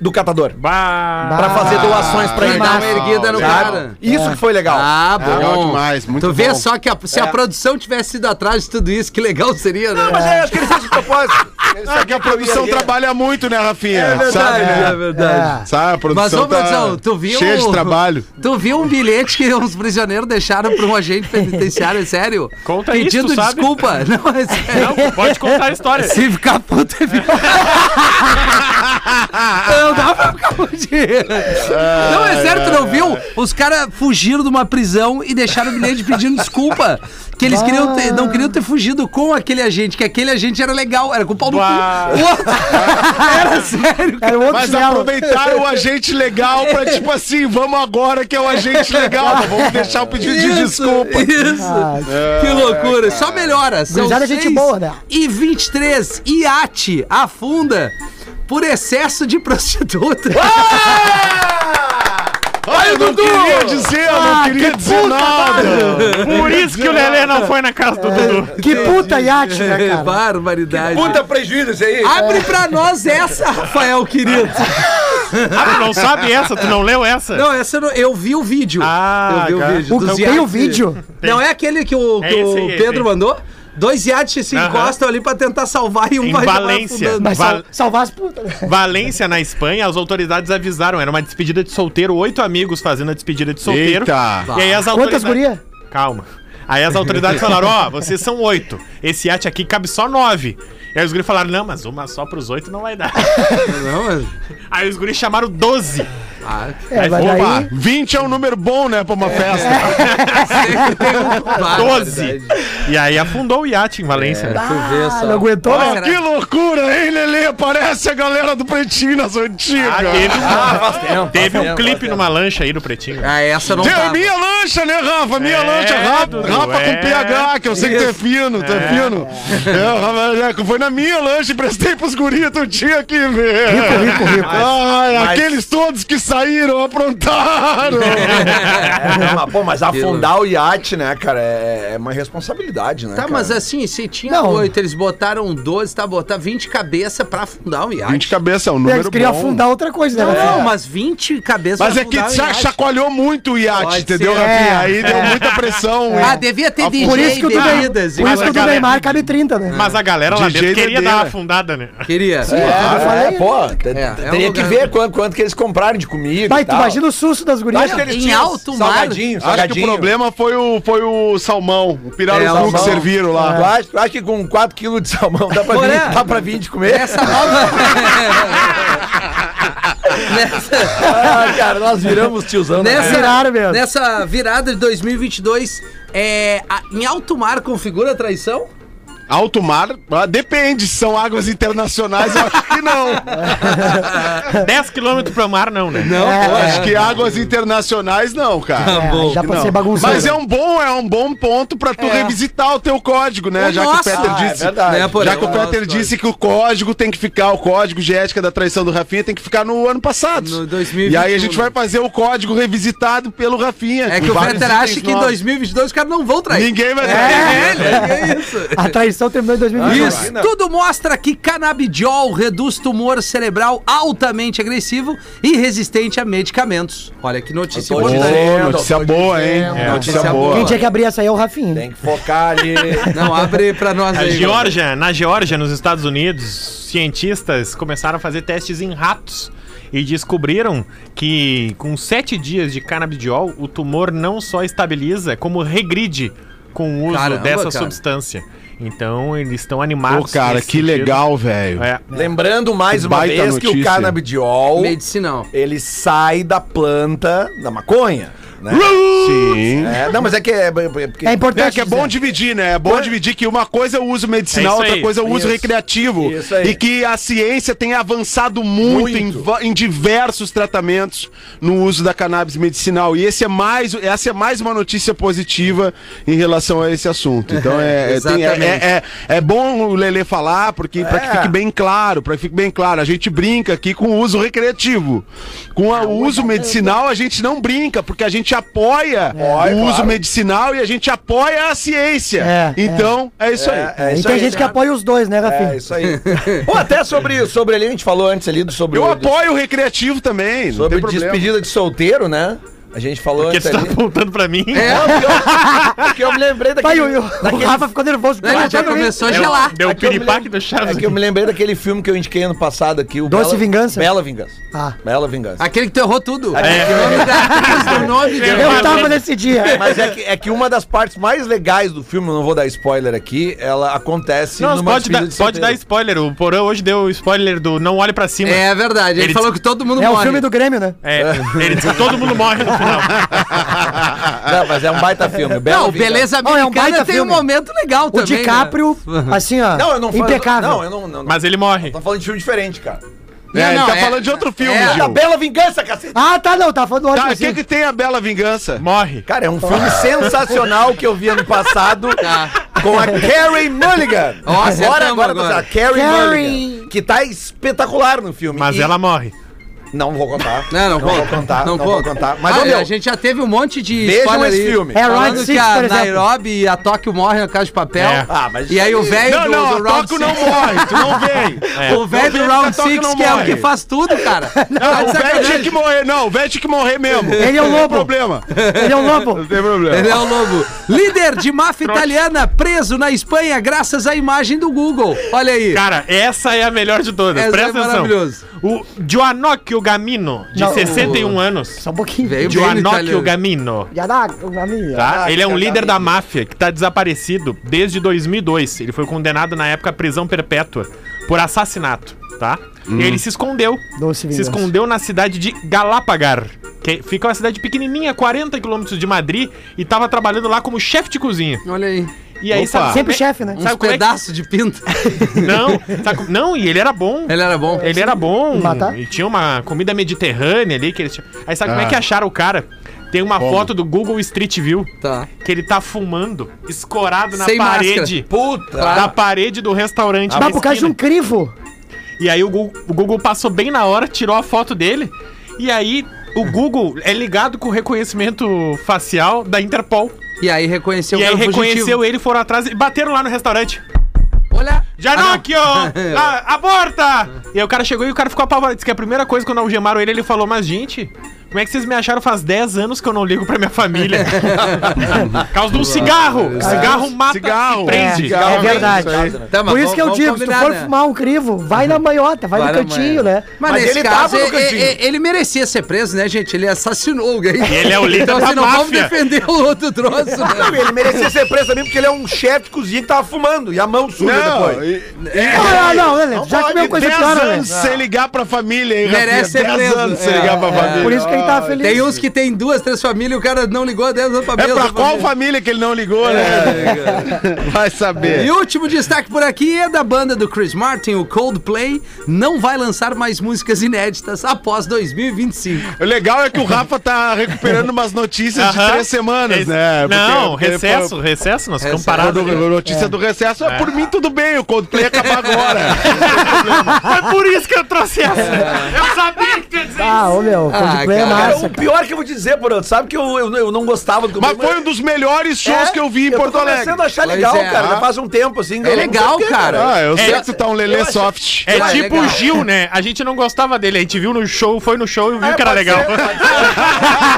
Speaker 4: do catador.
Speaker 6: Bah.
Speaker 4: Pra fazer doações
Speaker 2: Ah, Pra
Speaker 4: pra ele.
Speaker 2: dar uma
Speaker 5: massa.
Speaker 2: erguida no
Speaker 4: Sabe?
Speaker 2: cara.
Speaker 4: Isso que foi legal.
Speaker 2: Ah, bom.
Speaker 3: legal demais, muito
Speaker 2: tu vê
Speaker 3: bom.
Speaker 2: só que a- se a produção tivesse ido atrás de tudo isso, que legal seria, né?
Speaker 4: Não, mas é, acho que ele fez de propósito. Ele
Speaker 3: É que a produção trabalha muito, né, Rafinha?
Speaker 2: verdade,
Speaker 3: Sabe, né?
Speaker 2: é verdade.
Speaker 3: Sabe, a
Speaker 2: Mas,
Speaker 3: produção
Speaker 2: ô,
Speaker 3: tá
Speaker 2: produção, tu viu... um-
Speaker 3: cheia de trabalho.
Speaker 2: Tu viu um bilhete que os prisioneiros deixaram pra um agente penitenciário, é sério?
Speaker 6: Conta isso,
Speaker 2: Pedindo
Speaker 6: tu sabe?
Speaker 2: desculpa. Não, é sério.
Speaker 6: Não, pode contar a história.
Speaker 2: Se ficar puto, é Não dá pra ficar fudido. Não, é sério, tu não viu? Os caras fugiram de uma prisão e deixaram o bilhete pedindo desculpa. Que eles queriam ter- não queriam ter fugido com aquele agente, que aquele agente era legal, era com o pau no cu.
Speaker 3: Bah.
Speaker 2: O outro- Era sério, cara.
Speaker 5: Era um outro
Speaker 3: Mas
Speaker 5: chinelo.
Speaker 3: aproveitaram o agente legal pra, tipo assim, vamos agora que é o agente legal, mas vamos deixar o pedido de
Speaker 2: Isso,
Speaker 3: desculpa.
Speaker 2: Isso.
Speaker 5: Ah,
Speaker 2: que
Speaker 6: É,
Speaker 2: loucura. Só melhora. São
Speaker 5: Gurizada é gente
Speaker 2: seis
Speaker 5: boa, né?
Speaker 2: E 23, iate afunda por excesso de prostituta.
Speaker 3: Olha, eu não queria dizer, eu
Speaker 2: Ah,
Speaker 3: não queria dizer nada.
Speaker 6: Por isso que o Lelê não foi na casa do Dudu.
Speaker 5: Que puta iate, né,
Speaker 2: É,
Speaker 5: cara?
Speaker 2: barbaridade.
Speaker 4: prejuízo esse aí.
Speaker 2: Abre pra nós essa, Rafael, querido.
Speaker 6: Ah, tu não sabe essa? Tu não leu essa?
Speaker 2: Não, essa eu, não- eu vi o vídeo.
Speaker 6: Ah,
Speaker 2: eu vi
Speaker 6: cara.
Speaker 2: o vídeo.
Speaker 5: O-
Speaker 2: dos
Speaker 5: tem o
Speaker 2: iates.
Speaker 5: vídeo?
Speaker 2: Não, é aquele que o,
Speaker 6: É
Speaker 2: que o
Speaker 6: esse aí, esse
Speaker 2: Pedro
Speaker 6: aí.
Speaker 2: mandou? Dois iates se
Speaker 6: Aham.
Speaker 2: encostam ali pra tentar salvar e um
Speaker 6: Em
Speaker 2: vai
Speaker 6: Valência.
Speaker 2: afundando.
Speaker 5: Mas sal-
Speaker 6: Val-
Speaker 5: salvar as putas. né?
Speaker 6: Valência, na Espanha, as autoridades avisaram. Era uma despedida de solteiro, oito amigos fazendo a despedida de solteiro.
Speaker 3: Eita.
Speaker 6: E aí as
Speaker 5: Quantas
Speaker 6: autoridades.
Speaker 5: gurias?
Speaker 6: Calma. Aí as autoridades falaram: ó, vocês são oito. Esse iate aqui cabe só nove. E aí os guris falaram: não, mas uma só pros oito não vai dar.
Speaker 2: Não, mas-
Speaker 6: Aí os guris chamaram doze.
Speaker 5: É, mas
Speaker 3: Opa,
Speaker 5: daí.
Speaker 3: 20 é um número bom, né, pra uma festa.
Speaker 2: É. sempre tem um-
Speaker 6: Doze.
Speaker 2: Barbaridade.
Speaker 6: E aí afundou o iate em Valência. né?
Speaker 2: Tu vê só.
Speaker 5: Ah, não aguentou,
Speaker 3: Ah,
Speaker 5: né?
Speaker 3: que loucura, hein, Lelê? Parece a galera do Pretinho nas antigas.
Speaker 6: Ah, teve um, teve um
Speaker 2: é,
Speaker 6: clipe numa lancha aí do Pretinho.
Speaker 2: Ah, essa não
Speaker 3: Tem a
Speaker 2: tava.
Speaker 3: minha lancha, né, Rafa? Minha lancha,
Speaker 6: Dudu,
Speaker 3: Rafa, Rafa
Speaker 6: é.
Speaker 3: com PH, que eu sei que tu é
Speaker 2: Isso.
Speaker 3: fino, tu é, fino. É, o Rafa, né, foi na minha lancha, emprestei pros guris, tu tinha que ver.
Speaker 5: Rico, rico, rico.
Speaker 3: Ai, aqueles todos que saíram, aprontaram.
Speaker 4: É, não, mas, pô, mas afundar o iate, né, cara, é é uma responsabilidade, né?
Speaker 2: Tá,
Speaker 4: cara?
Speaker 2: mas assim, se tinha
Speaker 5: Não.
Speaker 2: oito, eles botaram 12, tá? Botar 20 cabeça pra afundar um iate.
Speaker 3: 20 cabeça é um
Speaker 5: Eles
Speaker 3: número
Speaker 5: queriam
Speaker 3: bom.
Speaker 5: afundar outra coisa, né?
Speaker 2: Não,
Speaker 5: Rafinha?
Speaker 2: mas 20 cabeças
Speaker 3: Mas
Speaker 2: pra
Speaker 3: é que
Speaker 2: afundar um
Speaker 3: cha-
Speaker 2: iate.
Speaker 3: chacoalhou muito o iate,
Speaker 2: Pode
Speaker 3: entendeu,
Speaker 2: ser.
Speaker 3: Rafinha? Aí deu muita pressão.
Speaker 2: Ah,
Speaker 3: hein?
Speaker 2: devia ter
Speaker 3: Afundou.
Speaker 2: DJ Ah,
Speaker 5: Por isso que o do, Ney-
Speaker 2: bebidas.
Speaker 5: por
Speaker 2: e-
Speaker 5: isso que o do
Speaker 6: galera-
Speaker 5: Neymar cabe 30, né?
Speaker 6: Mas a galera lá
Speaker 3: DJ
Speaker 6: dentro queria
Speaker 3: doideira.
Speaker 6: dar uma afundada, né?
Speaker 2: Queria.
Speaker 4: Ah,
Speaker 5: eu falei.
Speaker 4: é, pô, te-
Speaker 2: É, é um
Speaker 4: teria que
Speaker 2: lugar-
Speaker 4: ver quanto, quanto que eles compraram de comida.
Speaker 5: Vai,
Speaker 4: e
Speaker 5: tu
Speaker 4: tal.
Speaker 5: imagina o susto das gurias.
Speaker 4: Acho que eles
Speaker 2: Em
Speaker 4: tinham
Speaker 2: alto mar?
Speaker 4: salgadinho,
Speaker 3: Acho que o
Speaker 4: salgadinho. É,
Speaker 3: problema foi o, foi o salmão, o pirarucu
Speaker 2: É,
Speaker 3: que
Speaker 2: o
Speaker 3: serviram lá.
Speaker 4: Tu acha, tu acha que com 4kg de salmão dá pra,
Speaker 2: Poré.
Speaker 4: vir, dá pra vir de comer?
Speaker 2: Essa nova. nessa,
Speaker 4: Ah, cara, nós viramos tiozão. né?
Speaker 2: nessa,
Speaker 5: viraram mesmo.
Speaker 2: nessa virada de 2022, é, a- em alto mar configura traição?
Speaker 3: Alto mar? Ah, Depende, se são águas internacionais, eu acho que não.
Speaker 6: 10 quilômetros pro mar, não, né?
Speaker 2: Não,
Speaker 3: Eu acho que águas internacionais não, cara.
Speaker 5: É,
Speaker 2: bom.
Speaker 5: dá pra
Speaker 3: Não.
Speaker 5: ser bagunçado.
Speaker 3: Mas é um bom, é um bom ponto pra tu
Speaker 2: É.
Speaker 3: revisitar o teu código, né?
Speaker 2: Ô,
Speaker 3: já
Speaker 2: nossa!
Speaker 3: que o Peter
Speaker 4: Ah, é
Speaker 3: disse,
Speaker 4: verdade.
Speaker 2: Né, Porã?
Speaker 3: já que o Peter disse que o código tem que ficar, o código de ética da traição do Rafinha tem que ficar no ano passado.
Speaker 2: No 2021,
Speaker 3: e aí a gente
Speaker 2: né?
Speaker 3: vai fazer o código revisitado pelo Rafinha.
Speaker 2: É
Speaker 3: com
Speaker 2: que o
Speaker 3: vários
Speaker 2: Peter acha
Speaker 3: itens
Speaker 2: que em
Speaker 3: novos.
Speaker 2: 2022 os caras não vão trair.
Speaker 3: Ninguém vai trair.
Speaker 2: um. É, é, é isso.
Speaker 5: A traição terminou em 2020.
Speaker 2: Isso tudo mostra que canabidiol reduz tumor cerebral altamente agressivo e resistente a medicamentos. Olha que notícia
Speaker 4: Eu tô
Speaker 3: Ô,
Speaker 2: importante.
Speaker 4: dizendo,
Speaker 3: notícia
Speaker 4: tô
Speaker 3: boa, hein?
Speaker 4: dizendo.
Speaker 3: Notícia,
Speaker 2: Notícia
Speaker 3: boa.
Speaker 5: Quem tinha que abrir essa aí é o Rafinha. né?
Speaker 4: Tem que focar ali.
Speaker 2: Não, abre pra
Speaker 3: É
Speaker 2: nós
Speaker 6: A
Speaker 2: aí.
Speaker 6: Geórgia, na Geórgia, nos Estados Unidos, cientistas começaram a fazer testes em ratos e descobriram que com sete dias de canabidiol, o tumor não só estabiliza, como regride com o uso
Speaker 2: Caramba,
Speaker 6: dessa
Speaker 2: cara.
Speaker 6: substância. Então, eles estão animados.
Speaker 3: Pô, cara,
Speaker 6: nesse
Speaker 3: que
Speaker 6: sentido.
Speaker 3: legal, velho.
Speaker 6: É.
Speaker 4: Lembrando mais uma
Speaker 3: Baita
Speaker 4: vez que o
Speaker 3: notícia.
Speaker 4: canabidiol,
Speaker 2: Medicinal.
Speaker 4: ele sai da planta da maconha. Né?
Speaker 3: Uhum. Sim.
Speaker 4: É, não, mas é que é, é porque-
Speaker 5: É importante.
Speaker 3: É que é bom dividir, né? É bom dividir que uma coisa é o uso
Speaker 6: É
Speaker 3: medicinal,
Speaker 6: isso
Speaker 3: outra
Speaker 6: aí.
Speaker 3: coisa é o uso
Speaker 4: Isso.
Speaker 3: recreativo.
Speaker 4: Isso aí.
Speaker 3: E que a ciência tem avançado muito,
Speaker 4: Muito.
Speaker 3: Em, va- em diversos tratamentos no uso da cannabis medicinal. E esse é mais, essa é mais uma notícia positiva em relação a esse assunto. Então é, é- tem- é-
Speaker 2: Exatamente.
Speaker 3: é, é, é bom o Lele falar, porque para que
Speaker 4: É.
Speaker 3: fique bem claro, para que fique bem claro, a gente brinca aqui com o uso recreativo. Com
Speaker 4: Ah,
Speaker 3: a- o uso medicinal, a gente não brinca, porque a gente apoia
Speaker 4: É. Apoia,
Speaker 3: o uso
Speaker 4: claro.
Speaker 3: medicinal é e a gente apoia a ciência.
Speaker 5: É,
Speaker 3: então, é, isso aí.
Speaker 4: É, é
Speaker 5: E
Speaker 4: isso
Speaker 5: tem
Speaker 4: aí,
Speaker 5: gente que
Speaker 4: né?
Speaker 5: apoia os dois, né,
Speaker 4: É
Speaker 5: Rafinha?
Speaker 4: isso aí. Ou até sobre, sobre ali, a gente falou antes ali do sobre
Speaker 3: Eu
Speaker 4: o-
Speaker 3: apoio o recreativo também, não
Speaker 4: sobre
Speaker 3: tem problema.
Speaker 4: despedida de solteiro, né? A gente falou
Speaker 6: Porque
Speaker 4: antes
Speaker 6: tu tá
Speaker 4: ali.
Speaker 6: apontando pra mim.
Speaker 4: É, porque eu, porque eu me lembrei
Speaker 5: Pai,
Speaker 4: daquele...
Speaker 5: o, o- o
Speaker 4: daquele-
Speaker 5: Rafa ficou nervoso.
Speaker 2: Ele já
Speaker 5: Bateu no
Speaker 2: começou a
Speaker 6: Deu-
Speaker 2: gelar.
Speaker 6: Deu o
Speaker 4: é que eu me
Speaker 6: piripaque
Speaker 4: lembro-
Speaker 6: do Chaves.
Speaker 4: É que eu me lembrei daquele filme que eu indiquei ano passado aqui. O
Speaker 5: Doce
Speaker 4: Bela-
Speaker 5: Vingança?
Speaker 4: Bela Vingança.
Speaker 5: Ah.
Speaker 4: Bela Vingança.
Speaker 2: Aquele que tu errou tudo.
Speaker 4: É.
Speaker 2: O nome da- o nome dele.
Speaker 5: Eu tava nesse dia.
Speaker 4: Mas é que, é que uma das partes mais legais do filme, eu não vou dar spoiler aqui, ela acontece
Speaker 6: Não, pode, dar,
Speaker 4: despedida de
Speaker 6: pode
Speaker 4: solteiro.
Speaker 6: dar spoiler. O Porã hoje deu spoiler do Não Olhe Pra Cima.
Speaker 2: É verdade, ele,
Speaker 6: Ele
Speaker 2: falou que todo mundo
Speaker 5: É o
Speaker 2: morre.
Speaker 5: filme do Grêmio, né?
Speaker 6: É, ele disse que todo mundo morre no final.
Speaker 4: Não, mas é um baita filme. Bela
Speaker 2: Não,
Speaker 4: Vingança.
Speaker 2: Beleza
Speaker 5: Não, é um
Speaker 2: Americana
Speaker 5: baita
Speaker 2: tem um
Speaker 5: filme.
Speaker 2: momento legal
Speaker 5: O
Speaker 2: também. né?
Speaker 5: DiCaprio, assim, ó.
Speaker 4: Não, eu não falo-
Speaker 5: impecável.
Speaker 4: Não, eu não. não, não.
Speaker 6: Mas ele morre.
Speaker 4: Tô falando de filme diferente, cara.
Speaker 2: Não,
Speaker 3: ele
Speaker 2: não,
Speaker 3: tá
Speaker 2: é-
Speaker 3: falando de outro filme,
Speaker 2: é-
Speaker 3: Gil.
Speaker 4: Bela Vingança, cacete!
Speaker 5: Ah, tá, não, tá falando do
Speaker 3: Tá,
Speaker 5: ótimo.
Speaker 3: o que, que tem a Bela Vingança?
Speaker 6: Morre.
Speaker 4: Cara, é um filme sensacional que eu vi ano passado
Speaker 2: tá.
Speaker 4: com a Carrie Mulligan.
Speaker 2: Nossa,
Speaker 4: agora,
Speaker 2: é tamo
Speaker 4: agora,
Speaker 2: agora.
Speaker 4: tá- A Carrie,
Speaker 5: Carrie.
Speaker 4: Mulligan, que tá espetacular no filme.
Speaker 6: Mas é-
Speaker 4: E-
Speaker 6: ela morre.
Speaker 4: Não vou contar.
Speaker 2: Não, não,
Speaker 4: vou
Speaker 2: conta.
Speaker 4: contar. Não, vou
Speaker 2: conta.
Speaker 4: contar. Mas,
Speaker 2: Ah,
Speaker 4: ô, meu,
Speaker 2: a gente já teve um monte de
Speaker 4: Vejam
Speaker 2: spoiler
Speaker 4: esse
Speaker 2: aí,
Speaker 4: filme.
Speaker 5: É,
Speaker 2: Falando
Speaker 5: Ride
Speaker 2: que
Speaker 5: Six,
Speaker 2: a
Speaker 5: por exemplo.
Speaker 2: Nairobi e a Tóquio morrem na casa de papel.
Speaker 6: É.
Speaker 4: Ah, mas
Speaker 2: e aí o velho
Speaker 3: Não,
Speaker 2: do,
Speaker 3: não,
Speaker 2: do
Speaker 3: a
Speaker 2: Round
Speaker 3: Toco não
Speaker 2: Six.
Speaker 3: morre, tu não vem.
Speaker 6: É.
Speaker 2: O velho do
Speaker 3: Não,
Speaker 2: Round
Speaker 3: Tóquio
Speaker 2: Six,
Speaker 3: não
Speaker 2: que é o
Speaker 3: morre.
Speaker 2: que faz tudo, cara. Tá
Speaker 3: Não,
Speaker 2: de
Speaker 3: o velho tinha
Speaker 2: sacanagem.
Speaker 3: que morrer, não, o velho tinha que morrer mesmo.
Speaker 5: Ele é um
Speaker 3: Não tem
Speaker 5: lobo.
Speaker 3: problema.
Speaker 5: Ele é um lobo.
Speaker 3: Não tem problema.
Speaker 2: Ele é o lobo. Líder de máfia italiana preso na Espanha graças à imagem do Google. Olha aí.
Speaker 6: Cara, essa é a melhor de todas.
Speaker 2: Essa
Speaker 6: Presta
Speaker 2: é
Speaker 6: atenção.
Speaker 2: maravilhoso.
Speaker 6: O Gianocchio Gamino, de
Speaker 5: Não.
Speaker 6: 61 anos.
Speaker 5: Só um pouquinho.
Speaker 2: Veio bem no
Speaker 6: Gianocchio
Speaker 2: italiano.
Speaker 6: Gamino.
Speaker 5: Já dá pra mim.
Speaker 6: Tá? Ele é um líder da máfia que tá desaparecido desde 2002. Ele foi condenado na época à prisão perpétua por assassinato, tá? E ele se escondeu.
Speaker 5: Doce
Speaker 6: se
Speaker 5: vingança.
Speaker 6: escondeu na cidade de Galápagar, que fica uma cidade pequenininha, 40 quilômetros de Madrid, e tava trabalhando lá como chefe de cozinha.
Speaker 2: Olha aí.
Speaker 6: E aí,
Speaker 3: Opa.
Speaker 6: sabe,
Speaker 5: Sempre chefe, né?
Speaker 2: Uns
Speaker 6: Sabe como é que-
Speaker 2: pedaços de pinto.
Speaker 6: Não, sabe como- não, e ele era bom.
Speaker 2: Ele era bom.
Speaker 6: Ele era bom
Speaker 5: Matar?
Speaker 6: e tinha uma comida mediterrânea ali que eles tinham. Aí sabe como é que acharam o cara? Tem uma foto do Google Street View
Speaker 2: Tá.
Speaker 6: que ele tá fumando, escorado na
Speaker 2: Sem
Speaker 6: parede. Tá.
Speaker 4: Puta.
Speaker 6: Na parede do restaurante. da
Speaker 2: tá
Speaker 5: Mas por causa de um
Speaker 6: esquina.
Speaker 5: crivo.
Speaker 6: E aí o Google, o Google passou bem na hora, tirou a foto dele. E aí o Google é ligado com o reconhecimento facial da Interpol.
Speaker 2: E aí reconheceu
Speaker 6: e aí
Speaker 2: o cara
Speaker 6: reconheceu
Speaker 2: fugitivo.
Speaker 6: ele, foram atrás e bateram lá no restaurante.
Speaker 2: Olha.
Speaker 6: Janocchio!
Speaker 2: Ah, não.
Speaker 6: a- aborta! E aí o cara chegou e o cara ficou apavorado. Diz que a primeira coisa quando algemaram ele, ele falou: Mas gente, como é que vocês me acharam faz 10 anos que eu não ligo pra minha família? Por causa de um cigarro!
Speaker 2: É.
Speaker 6: Cigarro mata
Speaker 3: Cigarro.
Speaker 6: e prende.
Speaker 5: É verdade.
Speaker 2: Tá, mas
Speaker 5: Por isso que eu
Speaker 2: vamos-
Speaker 5: digo,
Speaker 2: vamos
Speaker 5: se tu
Speaker 2: combinar,
Speaker 5: for
Speaker 2: né?
Speaker 5: fumar um crivo, vai na maiota, vai no
Speaker 2: Para
Speaker 5: cantinho,
Speaker 2: amanhã.
Speaker 5: né?
Speaker 2: Mas,
Speaker 4: Mas
Speaker 2: nesse
Speaker 4: ele
Speaker 2: caso,
Speaker 4: tava no
Speaker 2: e-
Speaker 4: cantinho.
Speaker 2: e- e- ele merecia ser preso, né, gente? Ele assassinou alguém. E
Speaker 6: ele é o líder
Speaker 2: então,
Speaker 6: da
Speaker 2: assim, não vamos
Speaker 6: máfia.
Speaker 2: defender o outro troço, né?
Speaker 4: Não, ele merecia ser preso também porque ele é um chefe de cozinha que tava fumando e a mão suja depois.
Speaker 5: Ah, não, não, não,
Speaker 3: Não
Speaker 5: já
Speaker 3: pode,
Speaker 5: comeu coisa
Speaker 3: 10
Speaker 5: pior, né?
Speaker 3: anos sem ligar pra família, hein,
Speaker 2: Merece ser
Speaker 3: Rafinha? 10
Speaker 2: preso.
Speaker 3: anos sem
Speaker 2: É,
Speaker 3: ligar pra
Speaker 2: é.
Speaker 3: família.
Speaker 5: Por isso que ele tava feliz.
Speaker 2: Tem um- uns que tem duas, três famílias e o cara não ligou há 10 anos pra né?
Speaker 3: É
Speaker 2: mesma
Speaker 3: pra qual
Speaker 2: família.
Speaker 3: família que ele não ligou, né? Vai saber.
Speaker 2: E último destaque por aqui é da banda do Chris Martin, o Coldplay, não vai lançar mais músicas inéditas após 2025.
Speaker 3: O legal é que o Rafa tá recuperando umas notícias de
Speaker 6: Aham.
Speaker 3: três semanas,
Speaker 6: Esse-
Speaker 3: né? Porque-
Speaker 6: não,
Speaker 3: porque
Speaker 6: recesso, recesso, nós ficamos
Speaker 2: Recesso.
Speaker 3: foi-
Speaker 6: parados.
Speaker 3: quando- notícia do recesso, é. por mim tudo bem, o Coldplay acaba agora.
Speaker 6: Foi por isso que eu trouxe essa. Eu sabia que tu ia dizer
Speaker 5: Ah, ô meu, Coldplay é
Speaker 2: cara,
Speaker 4: Cara,
Speaker 5: massa.
Speaker 4: o pior que eu vou dizer, Porã, tu sabe que eu, eu, eu não gostava do
Speaker 3: Mas foi um dos melhores
Speaker 6: É?
Speaker 3: shows que eu vi em Porto
Speaker 4: Eu tô
Speaker 3: Alegre.
Speaker 4: começando a achar
Speaker 2: Pois
Speaker 4: legal,
Speaker 2: é.
Speaker 4: cara, já faz um tempo, assim. que
Speaker 2: É
Speaker 4: eu não sei
Speaker 2: legal,
Speaker 4: o quê,
Speaker 2: cara.
Speaker 3: Ah, eu sei
Speaker 6: É,
Speaker 3: que tu tá um lelê soft.
Speaker 6: É
Speaker 2: Ah,
Speaker 6: tipo
Speaker 2: legal.
Speaker 6: o Gil, né? A gente não gostava dele, a gente viu no show, foi no show e viu
Speaker 4: É,
Speaker 6: que era
Speaker 4: pode
Speaker 6: legal.
Speaker 4: ser, pode ser.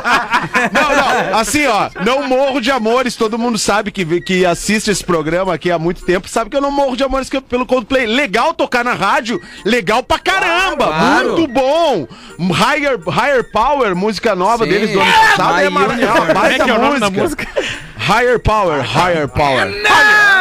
Speaker 3: Não, não, assim, ó, não morro de amores, todo mundo sabe que, que assiste esse programa aqui há muito tempo, sabe que eu não morro de amores que eu- pelo Coldplay. Legal tocar na rádio, legal pra caramba,
Speaker 2: Claro,
Speaker 3: muito bom. Higher, Higher Power, música nova
Speaker 2: Sim.
Speaker 3: deles do ano passado,
Speaker 2: My
Speaker 3: é maravilhosa,
Speaker 2: Universe.
Speaker 3: baita
Speaker 6: Como é que é o nome da
Speaker 3: música. Higher Power, Higher Power.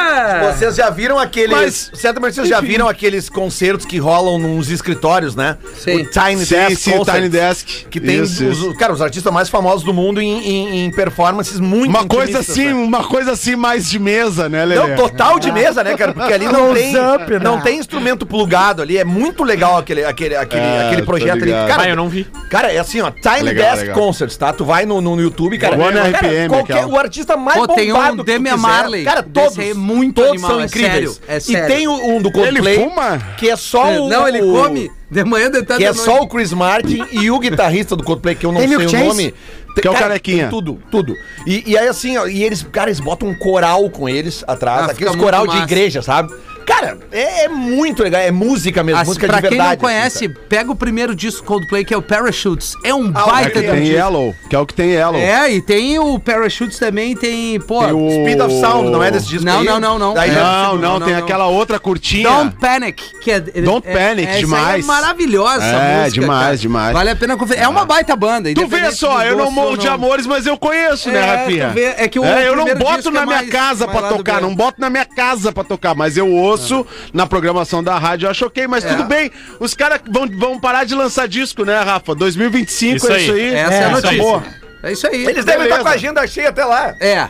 Speaker 4: Vocês já viram aqueles.
Speaker 3: Mas-
Speaker 4: certamente vocês já viram aqueles concertos que rolam nos escritórios, né?
Speaker 2: Sim.
Speaker 4: O Tiny
Speaker 3: Sim,
Speaker 4: Desk.
Speaker 3: sim,
Speaker 4: Concerts,
Speaker 3: Tiny Desk.
Speaker 4: Que tem
Speaker 3: Isso,
Speaker 4: os,
Speaker 3: isso.
Speaker 4: cara, os artistas mais famosos do mundo em, em- em performances muito
Speaker 3: Uma coisa
Speaker 4: intimistas,
Speaker 3: assim,
Speaker 4: né?
Speaker 3: uma coisa assim mais de mesa, né, Lelê?
Speaker 4: Não, total de mesa, né, cara? Porque ali não tem,
Speaker 5: Close-up, né?
Speaker 4: não tem instrumento plugado ali. É muito legal aquele, aquele, aquele,
Speaker 3: Ah,
Speaker 4: aquele
Speaker 3: tô
Speaker 4: projeto ali.
Speaker 3: ligado.
Speaker 6: Ah, eu não vi.
Speaker 4: Cara, é assim, ó, Tiny
Speaker 3: Legal,
Speaker 4: Desk
Speaker 3: legal.
Speaker 4: Concerts, tá? Tu vai no, no, no YouTube, cara.
Speaker 3: Vou na
Speaker 4: cara,
Speaker 3: RPM,
Speaker 4: qualquer,
Speaker 3: aquela.
Speaker 4: o artista mais
Speaker 2: Pô, tem um
Speaker 4: bombado que tu
Speaker 2: Damian
Speaker 4: quiser.
Speaker 2: Marley,
Speaker 4: Cara,
Speaker 2: desse
Speaker 4: todos,
Speaker 2: aí é muito
Speaker 4: todos
Speaker 2: animal,
Speaker 4: são
Speaker 2: é
Speaker 4: incríveis.
Speaker 2: sério, é sério.
Speaker 4: E tem o- um do
Speaker 3: Ele
Speaker 4: Coldplay,
Speaker 3: fuma?
Speaker 4: que é só o...
Speaker 2: Não, ele
Speaker 4: o-
Speaker 2: come de manhã, de tarde,
Speaker 4: Que é
Speaker 2: de
Speaker 4: só
Speaker 2: noite.
Speaker 4: o Chris Martin e o guitarrista do Coldplay, que eu não
Speaker 5: Tem
Speaker 4: sei
Speaker 5: Milk
Speaker 4: o
Speaker 5: Chase?
Speaker 4: nome.
Speaker 3: Que é o
Speaker 4: Cara,
Speaker 3: carequinha.
Speaker 4: tem Tudo, tudo. E, e aí assim, ó, e eles, cara, eles botam um coral com eles atrás,
Speaker 2: Ah,
Speaker 4: aqueles
Speaker 2: fica muito
Speaker 4: coral de
Speaker 2: massa.
Speaker 4: igreja, sabe? Cara, é, é muito legal. É música mesmo,
Speaker 2: As-
Speaker 4: música
Speaker 2: Ah, pra
Speaker 4: de verdade.
Speaker 2: quem não
Speaker 4: assim,
Speaker 2: conhece, pega o primeiro disco Coldplay, que é o Parachutes. É um baita
Speaker 3: que
Speaker 2: de um
Speaker 3: tem
Speaker 2: disco.
Speaker 3: Yellow, que é o que tem Yellow.
Speaker 2: É, e tem o Parachutes também, tem, pô,
Speaker 3: Tem o-
Speaker 4: Speed of Sound, não é desse disco
Speaker 2: Não,
Speaker 4: aí?
Speaker 2: não, não, não.
Speaker 4: Daí já-
Speaker 3: Não, não,
Speaker 2: Não, não,
Speaker 3: tem
Speaker 2: não.
Speaker 3: aquela outra curtinha.
Speaker 2: Don't Panic, que é.
Speaker 3: Don't
Speaker 2: é-
Speaker 3: Panic,
Speaker 2: é, essa aí
Speaker 3: demais.
Speaker 2: É maravilhosa essa
Speaker 3: É,
Speaker 2: música.
Speaker 3: demais, demais. Ah.
Speaker 2: Vale a pena conferir. É uma baita banda.
Speaker 3: Tu vê
Speaker 2: independente
Speaker 3: só,
Speaker 2: dos
Speaker 3: eu não
Speaker 2: gostos
Speaker 3: morro
Speaker 2: ou
Speaker 3: de amores, mas eu conheço, né,
Speaker 2: É,
Speaker 3: Rafinha?
Speaker 2: tu vê, é que o
Speaker 3: É, eu não
Speaker 2: primeiro
Speaker 3: boto
Speaker 2: disco
Speaker 3: na
Speaker 2: é
Speaker 3: minha
Speaker 2: mais-
Speaker 3: casa
Speaker 2: mais
Speaker 3: pra
Speaker 2: lado
Speaker 3: tocar,
Speaker 2: B.
Speaker 3: não boto na minha casa pra tocar, mas eu ouço
Speaker 2: É.
Speaker 3: na programação da rádio, eu acho ok, mas tudo bem, os caras vão, vão parar de lançar disco, né, Rafa? 2025
Speaker 6: Isso
Speaker 3: é isso
Speaker 6: aí.
Speaker 3: aí.
Speaker 2: Essa é, a
Speaker 6: É, isso aí.
Speaker 2: notícia. É isso aí.
Speaker 4: Eles devem
Speaker 3: Beleza.
Speaker 4: estar com a agenda cheia até lá.
Speaker 2: É.